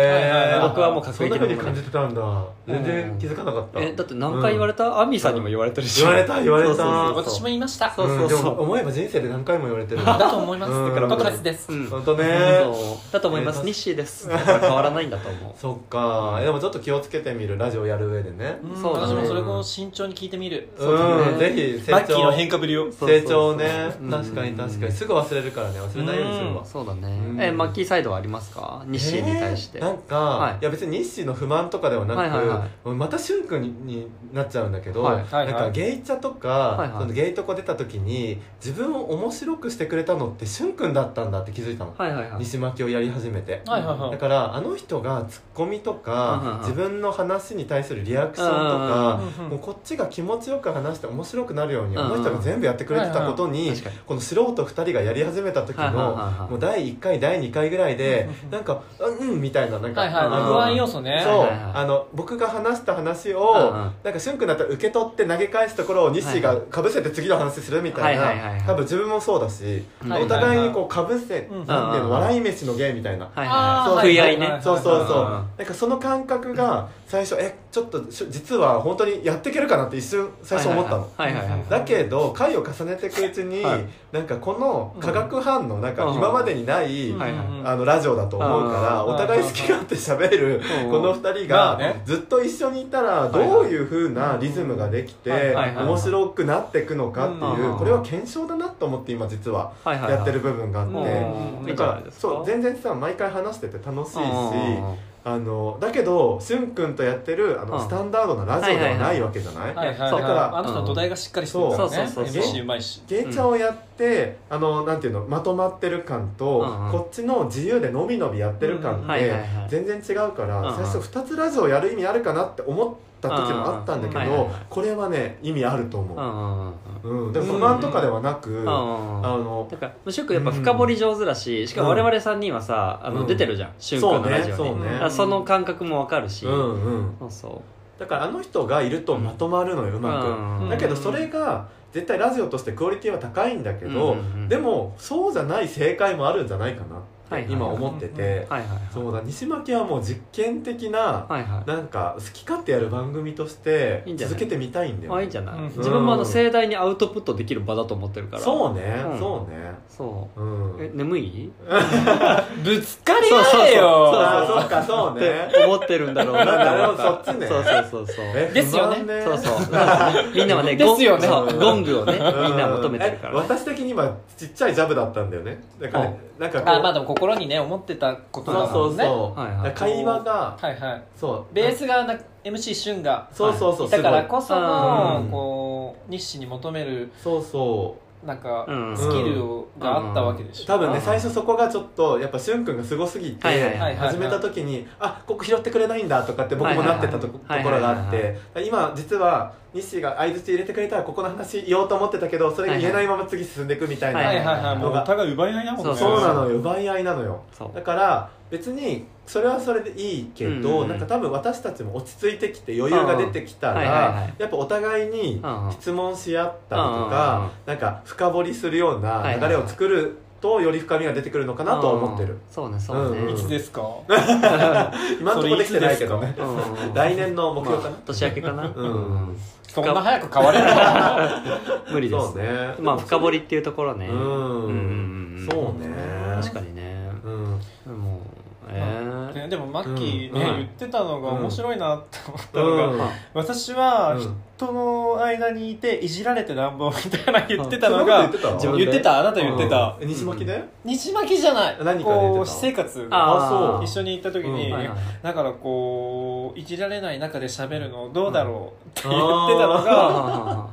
[SPEAKER 3] はい
[SPEAKER 1] え
[SPEAKER 2] 僕はもう確
[SPEAKER 1] そん
[SPEAKER 2] 撃
[SPEAKER 1] な
[SPEAKER 2] の
[SPEAKER 1] 風
[SPEAKER 2] も
[SPEAKER 1] に
[SPEAKER 2] の
[SPEAKER 1] 感じてたんだ全然気づかなかった
[SPEAKER 2] えだって何回言われた、アミさんにも言われてるし
[SPEAKER 1] 言われた言われた
[SPEAKER 2] そうそうそう
[SPEAKER 3] 私も言いました
[SPEAKER 2] そう
[SPEAKER 1] うんでも思えば人生で何回も言われてる
[SPEAKER 2] (laughs)
[SPEAKER 3] だと思います
[SPEAKER 1] うん
[SPEAKER 3] だから僕ですです
[SPEAKER 2] うん
[SPEAKER 1] 本当ね
[SPEAKER 2] そうだと思います、
[SPEAKER 1] えー
[SPEAKER 2] ニッシーですだから変わらないんだと思う
[SPEAKER 1] そっかでもちょっと気をつけてみるラジオやる上でね
[SPEAKER 3] うん
[SPEAKER 2] そうだね
[SPEAKER 3] 私もそれを慎重に聞いてみる
[SPEAKER 2] うだね
[SPEAKER 1] うんぜひ
[SPEAKER 3] マ
[SPEAKER 1] 成
[SPEAKER 3] ッキーの
[SPEAKER 1] 長
[SPEAKER 3] 変化ぶりを
[SPEAKER 2] そうそうそう
[SPEAKER 1] 成長ね
[SPEAKER 2] うん
[SPEAKER 1] 確かに確かにすぐ忘れるからね忘れないようにするわ
[SPEAKER 2] そうだね、
[SPEAKER 1] うん
[SPEAKER 2] えマッキーサイドはありますか西に対して、
[SPEAKER 1] えーなんか、
[SPEAKER 2] はい
[SPEAKER 1] い、や別に日誌の不満とかではなく、
[SPEAKER 2] はいはいは
[SPEAKER 1] また俊君にになっちゃうんだけど、
[SPEAKER 2] はい
[SPEAKER 3] はいはい
[SPEAKER 1] なんかゲイチャとか、
[SPEAKER 2] いはい
[SPEAKER 1] そのゲイとこ出た時に自分を面白くしてくれたのって俊君だったんだって気づいたの、
[SPEAKER 2] はいはいはい
[SPEAKER 1] 西巻きをやり始めて、
[SPEAKER 3] はいはいはい
[SPEAKER 1] だからあの人がツッコミと
[SPEAKER 2] うんうんう
[SPEAKER 1] か
[SPEAKER 2] ん
[SPEAKER 1] 自分の話に対するリアクションとか
[SPEAKER 3] うんうん
[SPEAKER 1] もうこっちが気持ちよく話して面白くなるように
[SPEAKER 2] うんう
[SPEAKER 1] あ
[SPEAKER 2] ん
[SPEAKER 1] の人が全部やってくれてたことに
[SPEAKER 2] 確かに
[SPEAKER 1] この素人2人がやり始めた時
[SPEAKER 2] はいはいはいは
[SPEAKER 1] の
[SPEAKER 2] い
[SPEAKER 1] もう第1回第2回ぐらいでなんか「うんうん」みたいななんか
[SPEAKER 3] はいはい
[SPEAKER 1] あの
[SPEAKER 3] 不安要素ね
[SPEAKER 1] そう
[SPEAKER 2] はいはいはい
[SPEAKER 1] あの僕が話した話
[SPEAKER 2] うんう
[SPEAKER 1] を
[SPEAKER 2] ん
[SPEAKER 1] なんかしゅんくんだったら受け取って投げ返すところを西が
[SPEAKER 2] はい
[SPEAKER 1] かぶせて次の話するみたい
[SPEAKER 2] はいはいはいはい
[SPEAKER 1] な多分自分もそうだし
[SPEAKER 2] うん
[SPEAKER 1] お互いにこうかぶせてなんていう
[SPEAKER 2] う
[SPEAKER 1] の
[SPEAKER 2] ん
[SPEAKER 1] 笑い飯の芸みたいな
[SPEAKER 2] はい
[SPEAKER 1] ー
[SPEAKER 2] はいは
[SPEAKER 3] あ
[SPEAKER 2] い食い合い
[SPEAKER 3] はいはい
[SPEAKER 2] ね
[SPEAKER 3] はい
[SPEAKER 1] そうそうそう
[SPEAKER 2] うん
[SPEAKER 1] なんかその感覚が最初えちょっとし実は本当にやっていけるかなって一瞬最初思ったの
[SPEAKER 2] はいはいはいはい
[SPEAKER 1] だけど回を重ねていくうちに
[SPEAKER 2] はい
[SPEAKER 1] なんかこの化学反応なんか
[SPEAKER 2] うん
[SPEAKER 1] 今までにない
[SPEAKER 2] はいはい
[SPEAKER 1] あのラジオだと思うから
[SPEAKER 3] うん
[SPEAKER 1] お互い好き勝手喋る
[SPEAKER 2] うん
[SPEAKER 1] この2人
[SPEAKER 3] まあ
[SPEAKER 1] が
[SPEAKER 3] ね
[SPEAKER 1] ずっと一緒にいたらどういう風なリズムができ
[SPEAKER 3] はい
[SPEAKER 1] て
[SPEAKER 2] はいはいはい
[SPEAKER 1] 面白くなっていくのかっていううんこれは検証だなと思って今実は
[SPEAKER 2] はいはい
[SPEAKER 1] やってる部分があっ
[SPEAKER 2] うん
[SPEAKER 1] て
[SPEAKER 2] うんい
[SPEAKER 1] だ
[SPEAKER 2] いじゃな
[SPEAKER 1] か
[SPEAKER 2] い
[SPEAKER 1] ら
[SPEAKER 2] ですか
[SPEAKER 1] そう全然さ毎回話してて楽しいし
[SPEAKER 2] うんうん
[SPEAKER 1] あのだけどしゅんくんとやってるあの、
[SPEAKER 2] うん
[SPEAKER 1] スタンダードなラジオではないわけじゃない,、
[SPEAKER 3] はいはいはい
[SPEAKER 2] そう
[SPEAKER 1] だから
[SPEAKER 3] あの人の土台がしっかりしてるからね
[SPEAKER 2] そうそうそうそう
[SPEAKER 3] MC うまいし
[SPEAKER 1] ゲイチャをやって、あのなんていうのまとまってる感と、
[SPEAKER 2] うんうん
[SPEAKER 1] こっちの自由でのびのびやってる感
[SPEAKER 3] う
[SPEAKER 1] っ
[SPEAKER 2] んはい
[SPEAKER 1] て
[SPEAKER 2] はいはい
[SPEAKER 1] 全然違うから、
[SPEAKER 2] うんうん
[SPEAKER 1] 最初2つラジオやる意味あるかなって思った時もあったんだけど、
[SPEAKER 2] うんうんはいはいはい
[SPEAKER 1] これはね意味あると
[SPEAKER 2] う
[SPEAKER 1] 思
[SPEAKER 2] んうんうん
[SPEAKER 1] う、うんでも不満とかではなく、
[SPEAKER 2] うん
[SPEAKER 1] あ
[SPEAKER 2] うんうん
[SPEAKER 1] の
[SPEAKER 2] だからむしろやっぱ深掘り上手だししかも我々3人はさあ
[SPEAKER 1] う
[SPEAKER 2] の
[SPEAKER 1] ん
[SPEAKER 2] 出てるじゃん俊君のラジオに
[SPEAKER 1] そうねそうね
[SPEAKER 2] だからその感覚もわかるし
[SPEAKER 1] うんうん
[SPEAKER 2] そうそ
[SPEAKER 1] だからあの人がいるとまとまるのよう
[SPEAKER 2] う
[SPEAKER 1] まく、
[SPEAKER 2] うん
[SPEAKER 1] だけどそれが絶対ラジオとしてクオリティは高いんだけど、
[SPEAKER 2] うんうんうん
[SPEAKER 1] でもそうじゃない正解もあるんじゃないかな
[SPEAKER 2] は
[SPEAKER 1] っ
[SPEAKER 2] い
[SPEAKER 1] て
[SPEAKER 2] はい
[SPEAKER 1] 今思ってて
[SPEAKER 2] はいはい
[SPEAKER 1] そうだ西巻はもう実験的な
[SPEAKER 2] はいはい
[SPEAKER 1] なんか好き勝手やる番組として
[SPEAKER 2] いいんじゃない
[SPEAKER 1] 続けてみたいんだよ
[SPEAKER 2] あいい
[SPEAKER 1] ね
[SPEAKER 2] んじゃない、
[SPEAKER 3] うん
[SPEAKER 2] 自分もあの盛大にアウトプットできる場だと思ってるからう
[SPEAKER 1] そうね
[SPEAKER 2] ん
[SPEAKER 1] そうね
[SPEAKER 2] そううえ
[SPEAKER 1] ん
[SPEAKER 2] 眠い
[SPEAKER 3] ぶつかり合え
[SPEAKER 1] あ
[SPEAKER 3] よ
[SPEAKER 1] ーそうかそうね
[SPEAKER 2] って思ってるんだろうなと思った
[SPEAKER 1] なるほどそっちね
[SPEAKER 2] そうそうそうそう
[SPEAKER 1] え
[SPEAKER 3] ですよね
[SPEAKER 1] 不満
[SPEAKER 2] そうそうみんなはね
[SPEAKER 3] (laughs) ですよね
[SPEAKER 2] ゴンそうゴングをねみん
[SPEAKER 1] うん
[SPEAKER 2] な求めてるか
[SPEAKER 1] え
[SPEAKER 2] ら、ね、
[SPEAKER 1] 私的に今ちっちゃいジャブだったんだよねだからねなんかこう
[SPEAKER 3] あまあでも心にね思ってたこ
[SPEAKER 1] そ
[SPEAKER 3] とだ
[SPEAKER 1] う
[SPEAKER 3] も
[SPEAKER 1] そ
[SPEAKER 3] ん
[SPEAKER 1] う
[SPEAKER 3] ね
[SPEAKER 1] そう
[SPEAKER 2] はいはい
[SPEAKER 1] だから会話が
[SPEAKER 3] はいはい
[SPEAKER 1] そう
[SPEAKER 3] ベースがな MC 俊が
[SPEAKER 1] そうそうそう
[SPEAKER 3] だからこその、
[SPEAKER 1] うん
[SPEAKER 3] こう日誌に求める
[SPEAKER 1] そうそう
[SPEAKER 3] なんか、
[SPEAKER 2] うん
[SPEAKER 3] スキルをがあったわけでしょ、
[SPEAKER 1] 多分
[SPEAKER 2] う
[SPEAKER 1] ね
[SPEAKER 2] ん
[SPEAKER 1] 最初そこがちょっとやっぱしゅんくんがすごすぎ
[SPEAKER 2] はいはい
[SPEAKER 1] て
[SPEAKER 2] はい
[SPEAKER 1] 始めた時にあここ拾ってくれないんだとかって僕もなってたとこ
[SPEAKER 2] は
[SPEAKER 1] と
[SPEAKER 2] いはい
[SPEAKER 1] こ
[SPEAKER 2] は
[SPEAKER 1] ろ
[SPEAKER 2] い
[SPEAKER 1] があっ
[SPEAKER 2] はい
[SPEAKER 1] て今実は西が相槌入れてくれたらここの話言おうと思ってたけどそれが言えないまま次進んでいくみたい
[SPEAKER 2] は
[SPEAKER 3] はい
[SPEAKER 1] な
[SPEAKER 3] はいはいもうお互い奪い合いだもんね
[SPEAKER 1] そうなのよ奪い合いなのよ
[SPEAKER 2] そう
[SPEAKER 1] だから別にそれはそれでいいけ
[SPEAKER 2] うんうんう
[SPEAKER 1] ど
[SPEAKER 2] ん
[SPEAKER 1] なんか多分私たちも落ち着いてきて余裕が出てきた
[SPEAKER 2] うんはいはいは
[SPEAKER 1] ら
[SPEAKER 2] い
[SPEAKER 1] やっぱお互いに
[SPEAKER 2] うんうん
[SPEAKER 1] 質問し合ったりと
[SPEAKER 2] うんうんう
[SPEAKER 1] か
[SPEAKER 2] ん
[SPEAKER 1] なんか深掘りするよう
[SPEAKER 2] はい
[SPEAKER 1] な
[SPEAKER 2] はい
[SPEAKER 1] 流れを作るとより深みが出てくるのかなとは思って
[SPEAKER 2] う
[SPEAKER 1] る
[SPEAKER 2] んそうねそうね、
[SPEAKER 1] うん
[SPEAKER 3] いつですか、
[SPEAKER 1] 今のところできてないけどね
[SPEAKER 2] う
[SPEAKER 1] (laughs)
[SPEAKER 2] ん
[SPEAKER 1] 来年の目標か
[SPEAKER 2] まあ、年明けかな、
[SPEAKER 1] うん
[SPEAKER 2] うん
[SPEAKER 3] そんな早く変われるの
[SPEAKER 2] 無理
[SPEAKER 1] な
[SPEAKER 2] で
[SPEAKER 1] そ
[SPEAKER 2] す
[SPEAKER 1] うね
[SPEAKER 2] まあ深掘りっていうところね
[SPEAKER 1] う
[SPEAKER 2] うんうん
[SPEAKER 1] ん
[SPEAKER 2] うん
[SPEAKER 1] そうね
[SPEAKER 2] 確かにね
[SPEAKER 1] うん
[SPEAKER 2] もうえ
[SPEAKER 1] (laughs)
[SPEAKER 3] ねでもマッキーね、
[SPEAKER 1] うん
[SPEAKER 3] 言ってたのが面白いなって思った
[SPEAKER 1] う
[SPEAKER 3] のが、
[SPEAKER 1] ん
[SPEAKER 3] 私は
[SPEAKER 1] うん
[SPEAKER 3] 人の間にいていじられてなんぼみたいな言ってたの
[SPEAKER 1] あ
[SPEAKER 3] が
[SPEAKER 1] そんなこと言ってた
[SPEAKER 3] 自分で言ってたあなた言ってた
[SPEAKER 1] うん西巻で
[SPEAKER 3] 西巻じゃない
[SPEAKER 1] 何か言ってた
[SPEAKER 3] こう私生活
[SPEAKER 2] あ
[SPEAKER 1] あそう
[SPEAKER 3] 一緒に行った時
[SPEAKER 1] う
[SPEAKER 3] に、
[SPEAKER 1] ん (laughs)
[SPEAKER 2] はいはい
[SPEAKER 3] だからこういじられない中で喋るのどうだろうって言ってたの
[SPEAKER 1] (laughs)
[SPEAKER 2] あ
[SPEAKER 3] が、
[SPEAKER 2] あ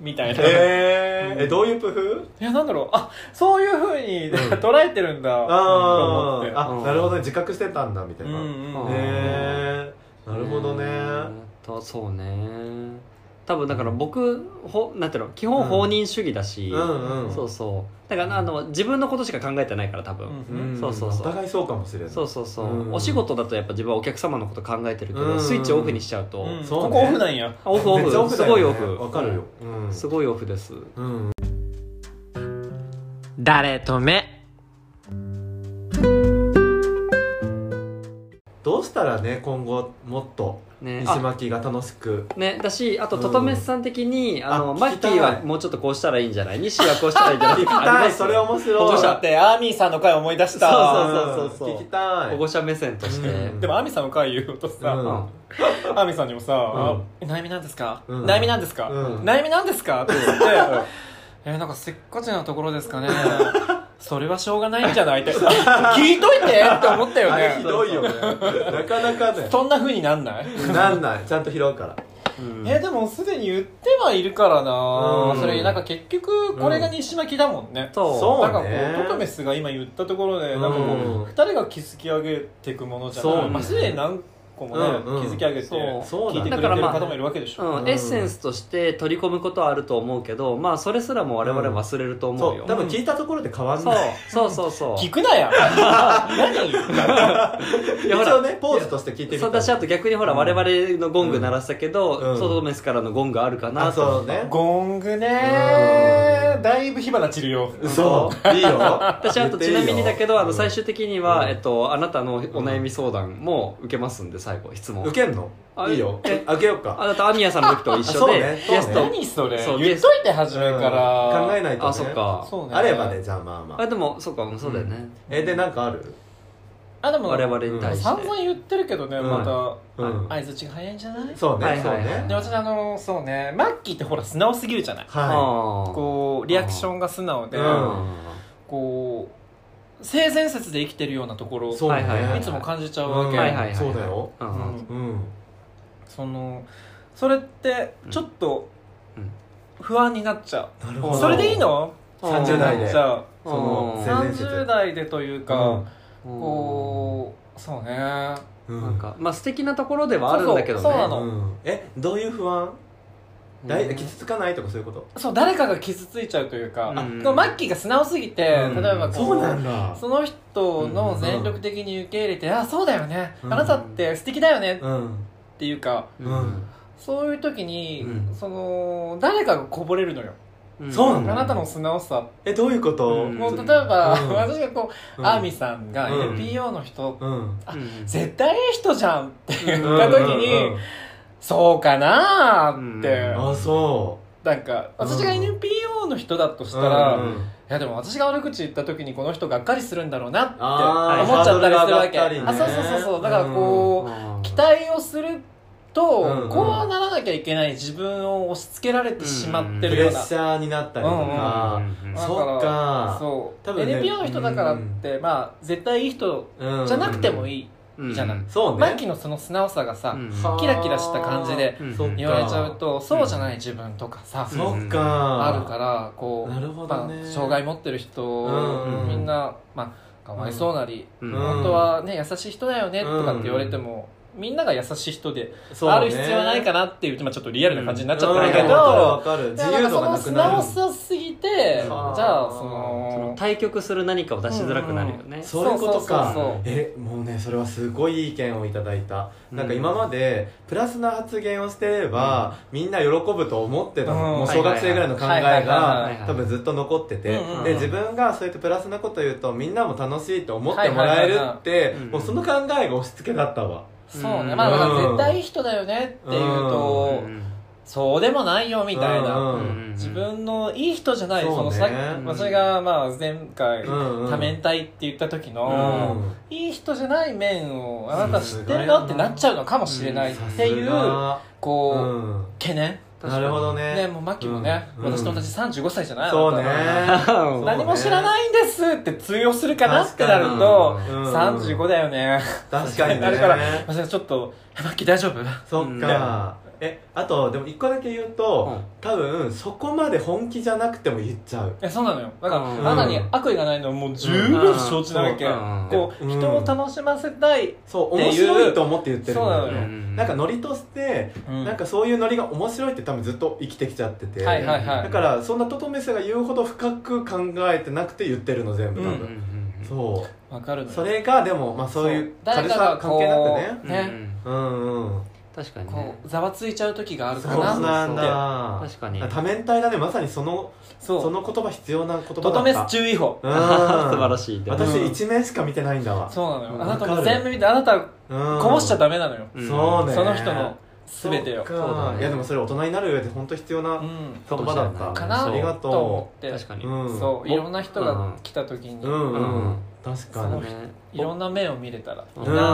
[SPEAKER 3] みたいな、
[SPEAKER 1] えーえどういう工夫
[SPEAKER 3] いやなんだろうあそういうふうに、
[SPEAKER 1] うん
[SPEAKER 3] 捉えてるんだと
[SPEAKER 1] あ
[SPEAKER 3] 思って
[SPEAKER 1] ーあ
[SPEAKER 2] うん
[SPEAKER 1] なるほどね自覚してたんだみた
[SPEAKER 3] う
[SPEAKER 1] い
[SPEAKER 3] ん
[SPEAKER 1] な
[SPEAKER 3] うんうん
[SPEAKER 1] へーなるほどね
[SPEAKER 2] とそうね多分だから僕ほなんていうの基本放任主義だし、
[SPEAKER 1] うんうん
[SPEAKER 2] そうそうだからあの自分のことしか考えてないから多分、
[SPEAKER 1] うん
[SPEAKER 2] そうそうそう
[SPEAKER 1] お互いそうかもしれない
[SPEAKER 2] そうそうそう、
[SPEAKER 1] うん
[SPEAKER 2] お仕事だとやっぱ自分はお客様のこと考えてるけど、
[SPEAKER 1] うん
[SPEAKER 2] スイッチオフにしちゃうと、
[SPEAKER 3] うん
[SPEAKER 1] そうね
[SPEAKER 3] ここオフなんや
[SPEAKER 2] あオフオ
[SPEAKER 1] めっちゃオ
[SPEAKER 2] フ
[SPEAKER 1] フ
[SPEAKER 2] す
[SPEAKER 1] だよ
[SPEAKER 2] ごい
[SPEAKER 1] ね
[SPEAKER 2] オフ
[SPEAKER 1] わかるようん
[SPEAKER 2] すごいオフです
[SPEAKER 1] うん
[SPEAKER 3] 誰とめ
[SPEAKER 1] どうしたらね今後もっと
[SPEAKER 2] ね
[SPEAKER 1] 西
[SPEAKER 2] あ
[SPEAKER 1] 巻が楽しく
[SPEAKER 2] ねだしあとととめさん的に、あの
[SPEAKER 1] あ
[SPEAKER 2] マッキー
[SPEAKER 1] 聞き
[SPEAKER 2] は
[SPEAKER 1] たい
[SPEAKER 2] もうちょっとこうしたらいいんじゃない西はこうしたらいいんじゃない
[SPEAKER 1] 聞き
[SPEAKER 2] あり
[SPEAKER 1] た
[SPEAKER 2] ま
[SPEAKER 1] い
[SPEAKER 2] す
[SPEAKER 1] それ面白い
[SPEAKER 3] どうしたってアーミーさんの回思い出した
[SPEAKER 1] そうそうそう
[SPEAKER 2] そう
[SPEAKER 1] 聞きた
[SPEAKER 2] 保
[SPEAKER 1] い
[SPEAKER 2] 護者目線として、
[SPEAKER 1] うん
[SPEAKER 3] でもアーミーさんの回言うとさ、
[SPEAKER 1] うん
[SPEAKER 3] アーミーさんにもさ、あ悩みなんですか、
[SPEAKER 1] うん
[SPEAKER 3] 悩みなんですか、
[SPEAKER 1] うん
[SPEAKER 3] 悩みなんですかって言って、えーなんかせっかちなところですかねそれはしょうがないんじゃないって聞いといてって思ったよ
[SPEAKER 1] あれひ
[SPEAKER 3] ね
[SPEAKER 1] どいよねなかなかね
[SPEAKER 3] そんな風になんない、
[SPEAKER 1] なんないちゃんと拾うから
[SPEAKER 2] うん
[SPEAKER 3] えーでもすでに言ってはいるからな、
[SPEAKER 1] うん
[SPEAKER 3] それなんか結局これが西巻だもんね、
[SPEAKER 2] そう
[SPEAKER 1] そう
[SPEAKER 3] なんかこ
[SPEAKER 1] ね
[SPEAKER 3] うトトメスが今言ったところでなんかこ
[SPEAKER 1] うん
[SPEAKER 3] う二人が築き上げていくものじゃ
[SPEAKER 1] そう
[SPEAKER 3] な
[SPEAKER 1] ね
[SPEAKER 3] い、まあ、すでに何個もね、
[SPEAKER 1] うんうん
[SPEAKER 3] 築き上げて
[SPEAKER 1] そう
[SPEAKER 3] 聞いて
[SPEAKER 2] だ
[SPEAKER 3] く
[SPEAKER 2] か
[SPEAKER 3] れ
[SPEAKER 2] ら
[SPEAKER 3] てる
[SPEAKER 2] まあ
[SPEAKER 3] 方もいるわけでしょ、
[SPEAKER 2] うん
[SPEAKER 1] うん
[SPEAKER 2] エッセンスとして取り込むことはあると思うけどまあそれすらも我々忘れると思う
[SPEAKER 1] そ
[SPEAKER 2] よ、
[SPEAKER 1] う多分聞いたところで変わん
[SPEAKER 2] そう
[SPEAKER 1] ない
[SPEAKER 2] そうそ
[SPEAKER 1] (laughs)
[SPEAKER 2] うそう
[SPEAKER 3] 聞くなや何
[SPEAKER 2] いやほ
[SPEAKER 1] 一
[SPEAKER 2] ら
[SPEAKER 1] 応ねポーズとして聞いてみ
[SPEAKER 2] そう
[SPEAKER 1] た
[SPEAKER 2] だしあと逆にほら、
[SPEAKER 1] うん
[SPEAKER 2] 我々のゴング鳴らしたけど、
[SPEAKER 1] うん
[SPEAKER 2] トトメスからのゴングあるかな
[SPEAKER 1] あ
[SPEAKER 2] と
[SPEAKER 1] そうね
[SPEAKER 3] ゴングねだいぶ火花散るよ
[SPEAKER 1] そういいよ
[SPEAKER 2] 私あとちなみにだけどあの最
[SPEAKER 1] 初
[SPEAKER 2] 終的には、
[SPEAKER 1] うん
[SPEAKER 2] えっと、あなたのお悩み相談も受けますんで最後質問
[SPEAKER 1] 受けんの
[SPEAKER 2] あ
[SPEAKER 1] いいよ
[SPEAKER 2] え
[SPEAKER 1] あげようか
[SPEAKER 2] あなたアミヤさんの時と一
[SPEAKER 1] あ
[SPEAKER 2] 緒で、
[SPEAKER 1] そうね
[SPEAKER 2] ゲス
[SPEAKER 1] そう
[SPEAKER 2] ト、
[SPEAKER 1] ね
[SPEAKER 3] 何それ
[SPEAKER 2] そう
[SPEAKER 3] 言っといて初めから、
[SPEAKER 1] うん考えないとね
[SPEAKER 2] あそっか
[SPEAKER 3] そうね
[SPEAKER 1] あればねじゃあまあま
[SPEAKER 2] あ
[SPEAKER 1] あ
[SPEAKER 2] でもそうかうんそうだよね、
[SPEAKER 1] えでなんかある
[SPEAKER 3] あでも
[SPEAKER 2] 我々に対して、
[SPEAKER 3] 散々言ってるけどね、
[SPEAKER 1] うん
[SPEAKER 3] ま
[SPEAKER 1] うん
[SPEAKER 3] た相づちが早いんじゃない
[SPEAKER 1] そう
[SPEAKER 2] は
[SPEAKER 1] ね
[SPEAKER 2] い
[SPEAKER 1] そう
[SPEAKER 2] はいはい
[SPEAKER 1] ね
[SPEAKER 3] で私あのそうねマッキーってほら素直すぎるじゃない
[SPEAKER 1] は
[SPEAKER 2] あー
[SPEAKER 3] こうリアクションが素直で、
[SPEAKER 1] う
[SPEAKER 2] うん
[SPEAKER 3] こう性善説で生きてるようなところ
[SPEAKER 1] い
[SPEAKER 3] を
[SPEAKER 1] そう
[SPEAKER 2] はいはいはい
[SPEAKER 1] ね
[SPEAKER 3] つも感じち
[SPEAKER 1] う
[SPEAKER 3] ゃ
[SPEAKER 1] ん
[SPEAKER 3] うわけ、
[SPEAKER 2] はいはいはい
[SPEAKER 1] そうだよ
[SPEAKER 2] うん
[SPEAKER 3] うん
[SPEAKER 1] うん
[SPEAKER 3] そのそれってちょっと
[SPEAKER 2] うん
[SPEAKER 3] 不安になっちゃ
[SPEAKER 1] なる
[SPEAKER 3] う、
[SPEAKER 1] ほど
[SPEAKER 3] それでいいの
[SPEAKER 1] 30代で
[SPEAKER 3] じゃあ
[SPEAKER 1] その
[SPEAKER 2] うん
[SPEAKER 1] 性善説
[SPEAKER 3] 30代でというか、こうそうね
[SPEAKER 1] うん
[SPEAKER 2] なんかまあ素敵なところではあるんだけどね
[SPEAKER 3] そうそうそうなの
[SPEAKER 1] うんえどういう不安だい傷つかないとかそういうこと
[SPEAKER 3] そう誰かが傷ついちゃうというか、
[SPEAKER 2] うん
[SPEAKER 3] あでもマッキーが素直すぎて、
[SPEAKER 1] うん
[SPEAKER 3] 例えばこ
[SPEAKER 1] そうなんだ
[SPEAKER 3] その人の全力的に受け入れて、あそうだよね、
[SPEAKER 1] うん
[SPEAKER 3] あなたって素敵だよねっ
[SPEAKER 1] うん
[SPEAKER 3] ていうか
[SPEAKER 1] うん
[SPEAKER 3] そういう時に、
[SPEAKER 1] うん
[SPEAKER 3] その誰かがこぼれるのよ
[SPEAKER 2] うん
[SPEAKER 1] そうな
[SPEAKER 3] あ
[SPEAKER 1] んだ
[SPEAKER 3] なたの素直さ
[SPEAKER 1] えどういうこと、
[SPEAKER 2] うん
[SPEAKER 3] もう例えば、
[SPEAKER 1] うん
[SPEAKER 3] 私がこう、
[SPEAKER 1] うん
[SPEAKER 3] アーミさんが
[SPEAKER 1] うん
[SPEAKER 3] NPO の人、
[SPEAKER 1] うん
[SPEAKER 2] うん
[SPEAKER 3] 絶対いい人じゃんって言っ
[SPEAKER 2] うん
[SPEAKER 3] た時に、
[SPEAKER 1] うんうん
[SPEAKER 3] そうかなーって、
[SPEAKER 2] う
[SPEAKER 1] あそ
[SPEAKER 3] なんか私が
[SPEAKER 1] うん
[SPEAKER 3] NPO の人だと
[SPEAKER 1] う
[SPEAKER 3] したら、
[SPEAKER 1] うんうん
[SPEAKER 3] いやでも私が悪口言った時にこの人がっかりするんだろうなって思
[SPEAKER 1] あ
[SPEAKER 2] ー
[SPEAKER 3] っちゃったりするわけ
[SPEAKER 1] ハードルが上がったりね
[SPEAKER 3] あそうそうそうそうだからこう、期待をすると、
[SPEAKER 1] うん
[SPEAKER 3] こうはならなきゃいけない自分を押し付けられてしまって
[SPEAKER 1] プ
[SPEAKER 3] るよ
[SPEAKER 1] レ
[SPEAKER 3] うな、
[SPEAKER 1] ッシャーになったりと
[SPEAKER 2] あ
[SPEAKER 1] か、
[SPEAKER 3] ん
[SPEAKER 1] そっ
[SPEAKER 3] だ
[SPEAKER 1] か
[SPEAKER 3] そう
[SPEAKER 1] 多分ね
[SPEAKER 3] NPO の人だからって、まあ絶対いい人
[SPEAKER 1] うん
[SPEAKER 3] じゃなくてもいい、
[SPEAKER 2] うん
[SPEAKER 3] じゃない
[SPEAKER 1] そうね
[SPEAKER 3] マッキーのその素直さがさ、
[SPEAKER 2] うん
[SPEAKER 1] はあ
[SPEAKER 3] キラキラした感じで
[SPEAKER 1] そっか
[SPEAKER 3] 言われちゃうとそうじゃない自分とかさ、
[SPEAKER 2] うん
[SPEAKER 1] そっか
[SPEAKER 3] あるからこう
[SPEAKER 1] なるほどね
[SPEAKER 3] まあ、障害持ってる人、
[SPEAKER 1] うん
[SPEAKER 2] うん
[SPEAKER 3] みんな、まあ、かわいそうなり、
[SPEAKER 2] うん
[SPEAKER 1] うん
[SPEAKER 3] 本当はね優しい人だよねとかって言われても、みんなが優しい人で、
[SPEAKER 1] そうね
[SPEAKER 3] ある必要はないかなっていう、まあ、ちょっとリアルな感じになっちゃったん
[SPEAKER 1] う
[SPEAKER 3] だ
[SPEAKER 1] ん
[SPEAKER 3] けど、
[SPEAKER 1] わかるわかる
[SPEAKER 3] で
[SPEAKER 1] 自
[SPEAKER 3] もな
[SPEAKER 1] 由
[SPEAKER 3] んか
[SPEAKER 1] 度
[SPEAKER 3] そ
[SPEAKER 1] が
[SPEAKER 3] の
[SPEAKER 1] なく
[SPEAKER 3] 素
[SPEAKER 1] な
[SPEAKER 3] 直
[SPEAKER 1] る
[SPEAKER 3] さすぎて、
[SPEAKER 1] うん
[SPEAKER 3] じゃあそ
[SPEAKER 2] その
[SPEAKER 3] の
[SPEAKER 2] 対局する何かを出しづらくなるよね、
[SPEAKER 1] そういうことか
[SPEAKER 3] そうそうそう
[SPEAKER 1] えもうねそれはすごいいい意見をいただいた、
[SPEAKER 2] うん
[SPEAKER 1] なんか今までプラスな発言をしてれば、みんな喜ぶと思ってたの、
[SPEAKER 3] うん
[SPEAKER 1] もう小学生ぐらいの考え
[SPEAKER 3] はいはいはい
[SPEAKER 2] はい
[SPEAKER 1] が多分ずっと残ってて、
[SPEAKER 3] うんうん
[SPEAKER 2] うん
[SPEAKER 1] で自分がそうやってプラスなこと言うとみんなも楽しいと思ってもらえるって、
[SPEAKER 2] いはい
[SPEAKER 1] もうその考えが押し付けだったわ、
[SPEAKER 3] そう
[SPEAKER 2] う
[SPEAKER 3] ね
[SPEAKER 2] ん
[SPEAKER 3] まあだから絶対いい人だよねっていうと、そうでもないよみたいな、
[SPEAKER 1] うん
[SPEAKER 3] 自分のいい人じゃない、
[SPEAKER 1] そう
[SPEAKER 3] そ
[SPEAKER 1] ね
[SPEAKER 3] のさ
[SPEAKER 1] うん
[SPEAKER 3] 私がまあ前回、
[SPEAKER 1] うんうん
[SPEAKER 3] 多面体って言った時
[SPEAKER 1] う
[SPEAKER 3] の、
[SPEAKER 1] ん
[SPEAKER 3] いい人じゃない面をあなた知ってるのってなっちゃうのかもしれないっ
[SPEAKER 1] さ
[SPEAKER 3] て
[SPEAKER 1] す
[SPEAKER 3] いう、
[SPEAKER 1] が
[SPEAKER 3] こう、
[SPEAKER 1] うん
[SPEAKER 3] 懸念
[SPEAKER 1] なるほどね
[SPEAKER 3] ねもうマキもね、
[SPEAKER 1] うん
[SPEAKER 3] 私と同じ35歳じゃない
[SPEAKER 1] そうね
[SPEAKER 3] あなた
[SPEAKER 2] うん
[SPEAKER 1] そうね
[SPEAKER 3] 何も知らないんですって通用するかなってなると、
[SPEAKER 1] 確かにうん
[SPEAKER 3] 35だよね。
[SPEAKER 1] 確かにね
[SPEAKER 3] だから、私はちょっと、マッキー大丈夫
[SPEAKER 1] そっか、えあとでも一個だけ言うと、
[SPEAKER 2] うん
[SPEAKER 1] 多分そこまで本気じゃなくても言っちゃう
[SPEAKER 3] えそうなのよ。だから、
[SPEAKER 2] うん
[SPEAKER 3] あなたに悪意がないのはもう十分承知なわけ。
[SPEAKER 2] うん
[SPEAKER 3] こう、
[SPEAKER 1] うん
[SPEAKER 3] 人を楽しませたい。
[SPEAKER 1] そう
[SPEAKER 3] って
[SPEAKER 1] 面
[SPEAKER 3] いう
[SPEAKER 1] 白いと思って言ってるんだよ
[SPEAKER 3] そうなのよ
[SPEAKER 1] ねなんかノリとして、なんかそういうノリが面白いって多分ずっと生きてきちゃってて、
[SPEAKER 3] はいはいはい
[SPEAKER 1] だからそんなトトメスが言うほど深く考えてなくて言ってるの全部多
[SPEAKER 3] う
[SPEAKER 2] うんん
[SPEAKER 1] 分、そ
[SPEAKER 3] わかる
[SPEAKER 1] う
[SPEAKER 3] のよ。
[SPEAKER 1] それがでもまあそういう
[SPEAKER 3] 誰
[SPEAKER 1] 軽
[SPEAKER 3] か
[SPEAKER 1] さ
[SPEAKER 3] が
[SPEAKER 1] 関
[SPEAKER 3] こう
[SPEAKER 1] 係なくね
[SPEAKER 2] うん
[SPEAKER 3] ね
[SPEAKER 1] うんうん
[SPEAKER 2] 確かに
[SPEAKER 3] こ
[SPEAKER 2] ね
[SPEAKER 3] う、ざわついちゃう時がある
[SPEAKER 1] そ
[SPEAKER 3] か
[SPEAKER 1] う
[SPEAKER 3] な
[SPEAKER 1] な
[SPEAKER 3] っ
[SPEAKER 1] ん
[SPEAKER 3] て。
[SPEAKER 1] だ
[SPEAKER 2] 確かに
[SPEAKER 1] 多面体だねまさにその
[SPEAKER 3] そう。
[SPEAKER 1] その言葉必要な言葉だった
[SPEAKER 3] とどめす注意報。
[SPEAKER 1] うん
[SPEAKER 2] (laughs) 素
[SPEAKER 3] (laughs)
[SPEAKER 2] 晴らしいでも
[SPEAKER 1] 私
[SPEAKER 3] うん
[SPEAKER 1] 一面しか見てないんだわ
[SPEAKER 3] そうなの
[SPEAKER 2] うん
[SPEAKER 3] よ。あなた
[SPEAKER 1] わか
[SPEAKER 3] も
[SPEAKER 1] る
[SPEAKER 3] 全部見て、あなた
[SPEAKER 1] うん
[SPEAKER 3] こぼしちゃダメなのよ。
[SPEAKER 2] うん
[SPEAKER 1] そうね
[SPEAKER 3] その人の全てを。
[SPEAKER 1] そっか
[SPEAKER 2] そうだね
[SPEAKER 1] いやでもそれ大人になる上で本当必要
[SPEAKER 3] う。
[SPEAKER 1] なん言葉だっ
[SPEAKER 2] そう
[SPEAKER 1] た
[SPEAKER 3] かな
[SPEAKER 1] ありが
[SPEAKER 3] と思
[SPEAKER 1] と
[SPEAKER 3] って。
[SPEAKER 2] 確かに
[SPEAKER 1] ううん
[SPEAKER 3] そう、いろん
[SPEAKER 1] な
[SPEAKER 3] な人が来た時に、
[SPEAKER 1] うんう
[SPEAKER 2] うんん
[SPEAKER 1] 確
[SPEAKER 2] そ
[SPEAKER 1] か
[SPEAKER 2] う
[SPEAKER 1] に
[SPEAKER 2] ね
[SPEAKER 3] いろんな面を見れたらいいなみ
[SPEAKER 1] う
[SPEAKER 3] たいな。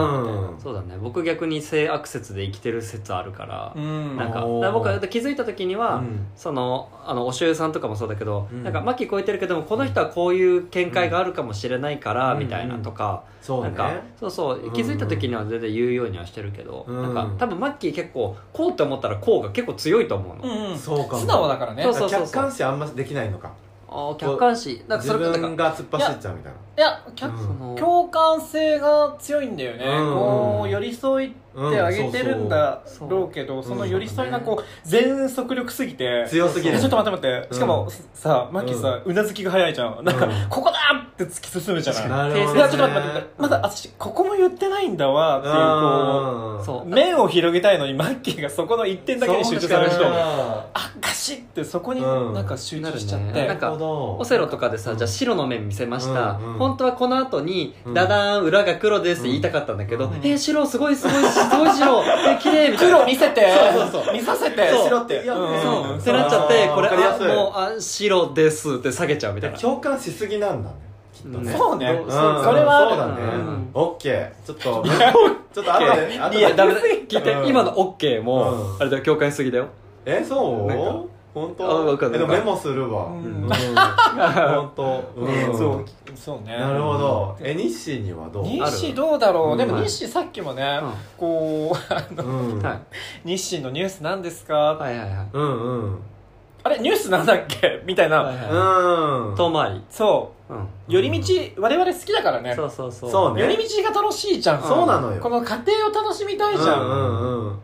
[SPEAKER 1] ん
[SPEAKER 2] そうだね僕逆に性悪説で生きてる説あるから
[SPEAKER 3] うん
[SPEAKER 2] なんか
[SPEAKER 1] おー
[SPEAKER 2] 僕は気づいた時には、
[SPEAKER 1] うん
[SPEAKER 2] そのあのおしゅうさんとかもそうだけど、
[SPEAKER 1] うん
[SPEAKER 2] なんか牧超えてるけどもこの人はこういう見解があるかもしれないから、
[SPEAKER 1] うん
[SPEAKER 2] みたいなとか、
[SPEAKER 1] そう
[SPEAKER 2] なんか
[SPEAKER 1] ね
[SPEAKER 2] そうそう気づいた時には全然言うようにはしてるけど、
[SPEAKER 1] うん
[SPEAKER 2] なんか多分マッキー結構こうって思ったらこうが結構強いと思うの、
[SPEAKER 3] うんうん
[SPEAKER 1] そうかも
[SPEAKER 3] 素直だからね
[SPEAKER 2] そうそうそう
[SPEAKER 1] 客観視あんまできないのか
[SPEAKER 2] あー客観視なんか
[SPEAKER 1] 自
[SPEAKER 2] それだから
[SPEAKER 1] 分が突っ走っちゃうみたい
[SPEAKER 3] いや客
[SPEAKER 1] うん
[SPEAKER 2] その
[SPEAKER 3] 共感性が強いんだよね、
[SPEAKER 1] うん
[SPEAKER 3] こう寄り添い
[SPEAKER 1] な
[SPEAKER 3] ってあげてるんだ
[SPEAKER 2] そうそう
[SPEAKER 3] ろうけど、
[SPEAKER 1] ん
[SPEAKER 3] その寄り添いがこう全速力すぎて
[SPEAKER 1] うん強すぎ
[SPEAKER 3] え
[SPEAKER 1] る
[SPEAKER 3] ちょっと待って待っ
[SPEAKER 1] う
[SPEAKER 3] て
[SPEAKER 1] ん
[SPEAKER 3] しかも、さマッキーさ、うなずきが早いじゃんなんか、
[SPEAKER 1] うん
[SPEAKER 3] ここだって突き進むじゃない
[SPEAKER 1] なるほど
[SPEAKER 3] い
[SPEAKER 1] ね
[SPEAKER 3] やちょっと待って待ってまだ私ここも言ってないんだわっていうこ
[SPEAKER 1] うん
[SPEAKER 2] そう
[SPEAKER 3] う面を広げたいのにマッキーがそこの一点だけに集中される
[SPEAKER 1] そう
[SPEAKER 3] と
[SPEAKER 1] か
[SPEAKER 3] あガシッってそこに
[SPEAKER 1] うん
[SPEAKER 3] なんか集中しちゃって、
[SPEAKER 2] なるねなんか
[SPEAKER 1] なるほど
[SPEAKER 2] オセロとかでさ、
[SPEAKER 1] うん
[SPEAKER 2] じゃあ白の面見せました、
[SPEAKER 1] うんうん
[SPEAKER 2] 本当はこの後に、
[SPEAKER 1] うん
[SPEAKER 2] ダダーン裏が黒ですって言いたかったんだけど、
[SPEAKER 1] うん
[SPEAKER 2] えー白すごいすごいすごい白えー綺麗みたいな
[SPEAKER 3] 黒見せて
[SPEAKER 2] そうそうそう
[SPEAKER 3] 見させて
[SPEAKER 2] そう
[SPEAKER 3] 白って
[SPEAKER 1] いや
[SPEAKER 2] そう、
[SPEAKER 1] うん
[SPEAKER 2] ってなっちゃって
[SPEAKER 1] あー
[SPEAKER 2] これ
[SPEAKER 1] わかりやすい
[SPEAKER 2] あもうあ白ですって下げちゃうみたいな
[SPEAKER 1] 共感しすぎなんだねきっとね
[SPEAKER 3] そうね
[SPEAKER 2] ど
[SPEAKER 1] うん
[SPEAKER 2] そう
[SPEAKER 3] それはある
[SPEAKER 1] そうだね、
[SPEAKER 2] うん
[SPEAKER 1] オッケーちょっとちょっと後で後
[SPEAKER 2] いや
[SPEAKER 1] で
[SPEAKER 2] ダメだ聞いて、
[SPEAKER 1] うん
[SPEAKER 2] 今の OK も、
[SPEAKER 1] うん
[SPEAKER 2] あれだよ共感しすぎだよ
[SPEAKER 1] えそう
[SPEAKER 2] なんか
[SPEAKER 1] 本
[SPEAKER 2] あわ
[SPEAKER 1] 当
[SPEAKER 2] かんない
[SPEAKER 1] えでもメモするわ、
[SPEAKER 3] う
[SPEAKER 1] うん
[SPEAKER 3] (laughs)
[SPEAKER 1] ん本当、うん
[SPEAKER 3] そうそうね
[SPEAKER 1] なるほどえ日誌にはどう
[SPEAKER 3] 日誌どうだろ
[SPEAKER 1] う
[SPEAKER 3] うんでも日誌さっきもね
[SPEAKER 2] うん
[SPEAKER 3] こうあの
[SPEAKER 1] うん
[SPEAKER 2] はい
[SPEAKER 3] 日誌のニュースなんですか
[SPEAKER 2] はいはいはい
[SPEAKER 1] うんうん
[SPEAKER 3] あれニュースなんだっけみたい
[SPEAKER 2] はい
[SPEAKER 3] な
[SPEAKER 2] はい
[SPEAKER 1] うん
[SPEAKER 2] 遠回り、
[SPEAKER 3] そ
[SPEAKER 2] うん、
[SPEAKER 3] う寄り道我々好きだからね
[SPEAKER 2] そうそうそう
[SPEAKER 1] そうね
[SPEAKER 3] 寄り道が楽しいじゃん
[SPEAKER 1] そうなのよ
[SPEAKER 3] この過程を楽しみた
[SPEAKER 1] う
[SPEAKER 3] いじゃん
[SPEAKER 1] んうんうん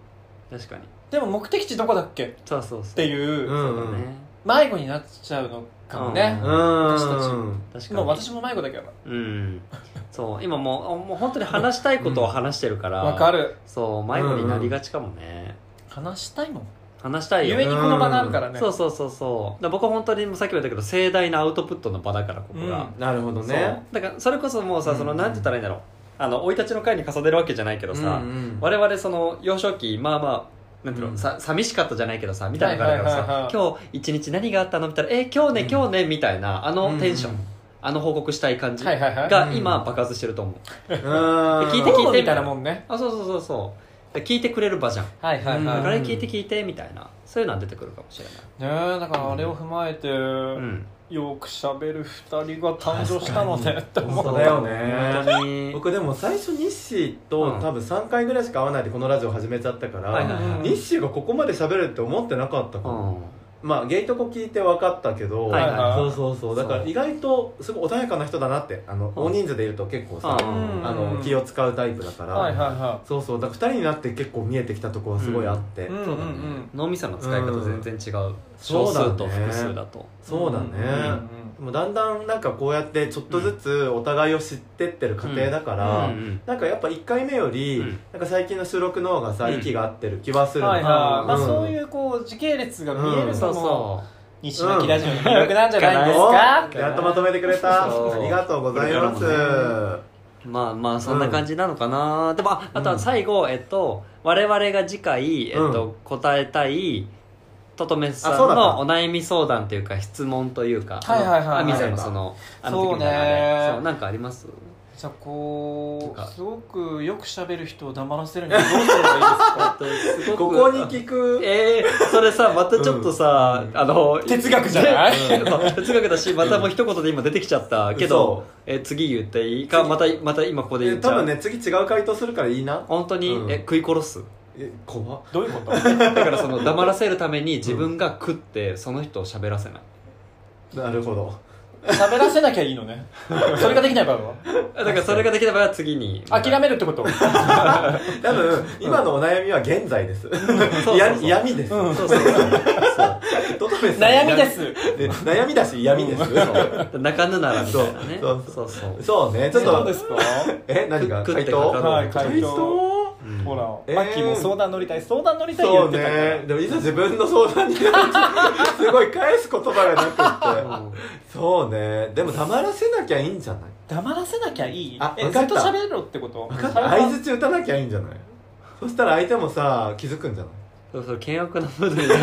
[SPEAKER 2] 確かに
[SPEAKER 3] でも目的地どこだっけっ
[SPEAKER 2] そうそうそう
[SPEAKER 3] て
[SPEAKER 1] う
[SPEAKER 3] いうん
[SPEAKER 2] そううんだね
[SPEAKER 3] 迷子になっちゃうのかもね
[SPEAKER 1] う
[SPEAKER 3] 私たち
[SPEAKER 1] ん
[SPEAKER 2] 確か
[SPEAKER 3] も
[SPEAKER 2] に
[SPEAKER 3] う私も迷子だけど
[SPEAKER 2] うんそう今もうもう本当に話したいことを話してるから
[SPEAKER 3] わかる
[SPEAKER 2] そう迷子になりがちかもね、
[SPEAKER 3] 話したいもん
[SPEAKER 2] 話話したいよ
[SPEAKER 3] ゆえにこの場があるからね
[SPEAKER 2] そうそうそうそうだから僕は本当にもうさっきも言ったけど盛大なアウトプットの場だからここが、
[SPEAKER 1] なるほど
[SPEAKER 2] そう
[SPEAKER 1] ね
[SPEAKER 2] だからそれこそもうさその
[SPEAKER 3] うん
[SPEAKER 2] なんて言ったらいいんだろうあの生い立ちの会に重ねるわけじゃないけどさ、
[SPEAKER 1] うんうん
[SPEAKER 2] 我々その幼少期まあまあなんていうの、
[SPEAKER 1] うん
[SPEAKER 2] さ寂しかったじゃないけどさみたいなのがあるからさ、
[SPEAKER 3] はいはいはいはい
[SPEAKER 2] 今日一日何があったのみたいな「えー今日ね今日ね」みたいなあのテンション、
[SPEAKER 1] うん
[SPEAKER 2] あの報告したい感じ
[SPEAKER 3] はいはいはい
[SPEAKER 2] が
[SPEAKER 1] うん
[SPEAKER 2] 今爆発してると思う、
[SPEAKER 1] うん
[SPEAKER 2] 聞いて
[SPEAKER 3] コードみたいなもんね
[SPEAKER 2] あそうそうそうそうだから聞いてくれる場じゃん
[SPEAKER 3] はいはい
[SPEAKER 1] うん
[SPEAKER 2] あ
[SPEAKER 3] は
[SPEAKER 2] れ
[SPEAKER 3] い、
[SPEAKER 2] 聞いて聞いてみたいなそういうのは出てくるかもしれない、
[SPEAKER 3] ねえだからあれを踏まえて、
[SPEAKER 2] うん、
[SPEAKER 3] よくしゃべる2人が誕生したのねって思
[SPEAKER 1] 本
[SPEAKER 3] う
[SPEAKER 1] 当だよ
[SPEAKER 2] 本
[SPEAKER 1] ね
[SPEAKER 2] 当に
[SPEAKER 1] 僕でも最初日誌と
[SPEAKER 2] うん
[SPEAKER 1] 多分3回ぐらいしか会わないでこのラジオ始めちゃったか
[SPEAKER 2] はいはい
[SPEAKER 1] ら
[SPEAKER 2] はい
[SPEAKER 1] 日誌がここまで喋るって思ってなかったか
[SPEAKER 2] う
[SPEAKER 1] も
[SPEAKER 2] ん
[SPEAKER 1] まあゲイトコ聞いて分かったけど
[SPEAKER 2] はいはい
[SPEAKER 3] はい
[SPEAKER 1] そうそうそうだから意外とすごい穏やかな人だなってあの
[SPEAKER 2] うん
[SPEAKER 1] 大人数でいると結構さ
[SPEAKER 2] うん
[SPEAKER 1] あの気を使うタイプだか
[SPEAKER 3] はいはい
[SPEAKER 1] ら
[SPEAKER 3] は
[SPEAKER 1] そうそうだから2人になって結構見えてきたとこはすごいあって
[SPEAKER 3] いうんうんうん
[SPEAKER 2] 脳みその使い方全然違う、
[SPEAKER 1] そ
[SPEAKER 2] 少
[SPEAKER 1] うだね
[SPEAKER 2] 数と複数だと
[SPEAKER 1] そうだ
[SPEAKER 3] うんうん
[SPEAKER 1] ねでもだんだんなんかこうやってちょっとずつお互いを知ってってる過程だか
[SPEAKER 2] う
[SPEAKER 1] ら、
[SPEAKER 2] んうん
[SPEAKER 1] なんかやっぱ1回目より、
[SPEAKER 2] うん
[SPEAKER 1] なんか最近の収録の方がさ、
[SPEAKER 2] うん
[SPEAKER 1] 息が合ってる気はす
[SPEAKER 3] うん
[SPEAKER 1] る
[SPEAKER 3] はいはい、まあ、
[SPEAKER 1] ん
[SPEAKER 3] そういうこう時系列が見え
[SPEAKER 1] う
[SPEAKER 3] る
[SPEAKER 1] ん
[SPEAKER 3] そ
[SPEAKER 2] そう
[SPEAKER 3] の
[SPEAKER 2] そ
[SPEAKER 3] 西巻ラジオの魅力なんじゃないです
[SPEAKER 1] お
[SPEAKER 3] か、
[SPEAKER 1] やっとまとめてくれたあ
[SPEAKER 2] そう
[SPEAKER 1] りがとうございます、
[SPEAKER 2] これうまあまあそんな感じなのかな、でもああとは最後、えっと我々が次回、えっと
[SPEAKER 1] う
[SPEAKER 2] 答えたいトトメスさん
[SPEAKER 1] あそうだっ
[SPEAKER 2] の
[SPEAKER 1] た
[SPEAKER 2] お悩み相談というか質問というか
[SPEAKER 3] はいはいはいはい
[SPEAKER 2] あみさんのそのあの時
[SPEAKER 3] そう
[SPEAKER 2] み
[SPEAKER 3] ね
[SPEAKER 2] たいなねそうなんかあります
[SPEAKER 3] じゃあこ
[SPEAKER 2] なんか
[SPEAKER 3] うすごくよくしゃべる人を黙らせるにはどうしたらいいです
[SPEAKER 2] (laughs)
[SPEAKER 3] か
[SPEAKER 1] ここに聞く
[SPEAKER 2] えー、それさまたちょっとさ、あの
[SPEAKER 3] 哲学じゃな
[SPEAKER 2] (laughs)
[SPEAKER 3] い
[SPEAKER 2] そう哲学だしまたもう一言で今出てきちゃったけど
[SPEAKER 1] 嘘、
[SPEAKER 2] えー次言っていいかまたまた今ここで言
[SPEAKER 1] え
[SPEAKER 2] っちゃ
[SPEAKER 1] 多
[SPEAKER 2] う
[SPEAKER 1] 分ね次違う回答するからいいな
[SPEAKER 2] 本当に、
[SPEAKER 1] うん
[SPEAKER 2] え食い殺す
[SPEAKER 1] え怖っ
[SPEAKER 3] (laughs) どういうこと
[SPEAKER 2] だから
[SPEAKER 1] (laughs)
[SPEAKER 2] その黙らせるために自分が食ってその人を喋らせない、
[SPEAKER 1] なるほど
[SPEAKER 3] 喋らせなきゃいいのねそれができない場合は
[SPEAKER 2] だからそれができれば次に
[SPEAKER 3] 諦めるって (laughs) こと
[SPEAKER 1] 多分今のお悩みは現在です、
[SPEAKER 2] そう
[SPEAKER 1] や闇です、
[SPEAKER 3] うん
[SPEAKER 2] そうそうそうそう
[SPEAKER 1] トトメスさん
[SPEAKER 3] 悩みです
[SPEAKER 1] で悩みだし闇です、
[SPEAKER 2] そう泣かぬならみたいなね
[SPEAKER 1] そうそう
[SPEAKER 2] そうそう
[SPEAKER 1] そうねちょっ
[SPEAKER 3] どう
[SPEAKER 1] と
[SPEAKER 3] ですか
[SPEAKER 1] え何か
[SPEAKER 2] 食っ
[SPEAKER 1] 回
[SPEAKER 2] て
[SPEAKER 1] 答
[SPEAKER 2] かかる
[SPEAKER 3] はい回答
[SPEAKER 2] うん
[SPEAKER 3] (laughs) ほら、
[SPEAKER 1] えー
[SPEAKER 3] マッキーも相談乗りたい相談乗りたい言
[SPEAKER 1] そ
[SPEAKER 3] っ
[SPEAKER 1] う
[SPEAKER 3] てたから、
[SPEAKER 1] ねでもいざ自分の相談になるとすごい返す言葉がなくって
[SPEAKER 2] うん
[SPEAKER 1] そうねでも黙らせなきゃいいんじゃない
[SPEAKER 3] 黙らせなきゃいい
[SPEAKER 1] あ
[SPEAKER 3] え
[SPEAKER 1] わ
[SPEAKER 3] ず
[SPEAKER 1] か
[SPEAKER 3] っ
[SPEAKER 1] っ
[SPEAKER 3] と
[SPEAKER 1] た
[SPEAKER 3] 喋ろってこと
[SPEAKER 1] 分かった相づち打たなきゃいいんじゃないそしたら相手もさ気づくんじゃない
[SPEAKER 2] そうそう険悪なムードにな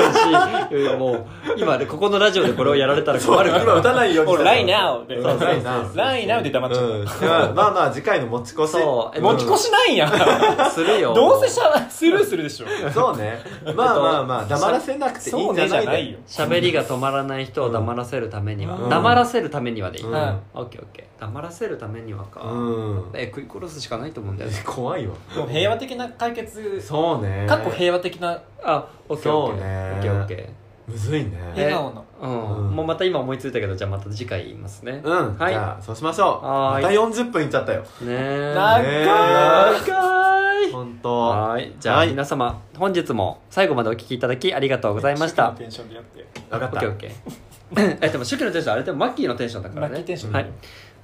[SPEAKER 2] るし (laughs) うんもう今ねここのラジオでこれをやられたら困るか
[SPEAKER 1] そう今打
[SPEAKER 2] ら
[SPEAKER 1] たないように
[SPEAKER 3] もう
[SPEAKER 1] した
[SPEAKER 3] Right now で
[SPEAKER 1] うん Right now
[SPEAKER 3] ラインナウで黙っちゃう、
[SPEAKER 1] うんではまあまあ次回の持ち越し
[SPEAKER 2] そうえ
[SPEAKER 3] 持ち越しないやん
[SPEAKER 2] するよ
[SPEAKER 3] どうせしゃスルーするでしょ
[SPEAKER 1] そうねまあまあまあ黙らせなくていい
[SPEAKER 3] そうん
[SPEAKER 1] じゃ
[SPEAKER 3] ねじ
[SPEAKER 1] な
[SPEAKER 3] ゃ
[SPEAKER 1] い
[SPEAKER 3] ないよ
[SPEAKER 2] 喋りが止まらない人を黙らせるためには、
[SPEAKER 1] うん
[SPEAKER 2] 黙らせるためにはでいい、
[SPEAKER 1] う
[SPEAKER 2] オ
[SPEAKER 1] ん
[SPEAKER 2] ッ
[SPEAKER 3] は
[SPEAKER 2] ケーオッケー黙らせるためにはか、
[SPEAKER 1] うん
[SPEAKER 2] え食い殺すしかないと思うんだよね
[SPEAKER 1] 怖いわ
[SPEAKER 3] もう平和的な解決
[SPEAKER 1] そうね
[SPEAKER 3] かっこ平和的な
[SPEAKER 2] あオッケーオッ
[SPEAKER 1] そ
[SPEAKER 2] ケ
[SPEAKER 1] う
[SPEAKER 2] ー
[SPEAKER 1] ね
[SPEAKER 2] オッケーオッケー
[SPEAKER 1] むずいね
[SPEAKER 3] 笑顔の
[SPEAKER 2] うん、
[SPEAKER 1] うん
[SPEAKER 2] もうまた今思いついたけどじゃあまた次回言いますね、
[SPEAKER 1] うんじ
[SPEAKER 2] はい
[SPEAKER 1] ゃあそうしましょう
[SPEAKER 2] はー
[SPEAKER 1] ま
[SPEAKER 2] い
[SPEAKER 1] た40分いっちゃったよ
[SPEAKER 2] ねえ
[SPEAKER 3] 長い、
[SPEAKER 1] ね
[SPEAKER 2] 長い
[SPEAKER 1] 本当。
[SPEAKER 2] はいじゃあ
[SPEAKER 1] はい
[SPEAKER 2] 皆様本日も最後までお聞きいただきありがとうございまし
[SPEAKER 3] 初期
[SPEAKER 2] た
[SPEAKER 3] のテンションでやって
[SPEAKER 1] 分か
[SPEAKER 2] オ
[SPEAKER 1] っ
[SPEAKER 2] ッ
[SPEAKER 1] た
[SPEAKER 2] ケーオッケー (laughs) えでも初期のテンションあれでもマッキーのテンションだからね
[SPEAKER 3] マッキーテンション
[SPEAKER 2] はい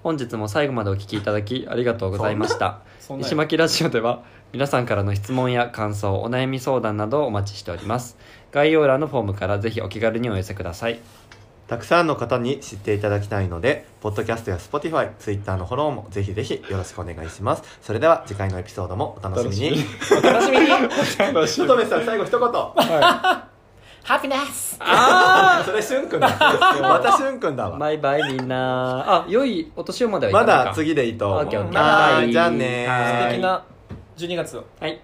[SPEAKER 2] 本日も最後までお聞きいただきありがとうございました
[SPEAKER 3] そんな
[SPEAKER 1] (laughs)
[SPEAKER 2] 西巻ラジオでは皆さんからの質問や感想お悩み相談などをお待ちしております概要欄のフォームからぜひお気軽にお寄せください
[SPEAKER 1] たくさんの方に知っていただきたいので、ポッドキャストや Spotify、Twitter のフォローもぜひぜひよろしくお願いします。それでは次回のエピソードもお楽しみに。
[SPEAKER 3] お楽しみに
[SPEAKER 1] ちょっとめさん最後一言。
[SPEAKER 3] ハピネス
[SPEAKER 1] それしゅんくんだ。 (laughs) またしゅんくんだわ。
[SPEAKER 2] バイバイみんなあ良いお年をまではい
[SPEAKER 1] ま
[SPEAKER 2] かないか
[SPEAKER 1] だ次でいいと思
[SPEAKER 2] オッケーオッ
[SPEAKER 1] う。
[SPEAKER 2] ケー
[SPEAKER 1] はいじゃあねー。
[SPEAKER 2] は
[SPEAKER 3] 素敵な12月を
[SPEAKER 2] はい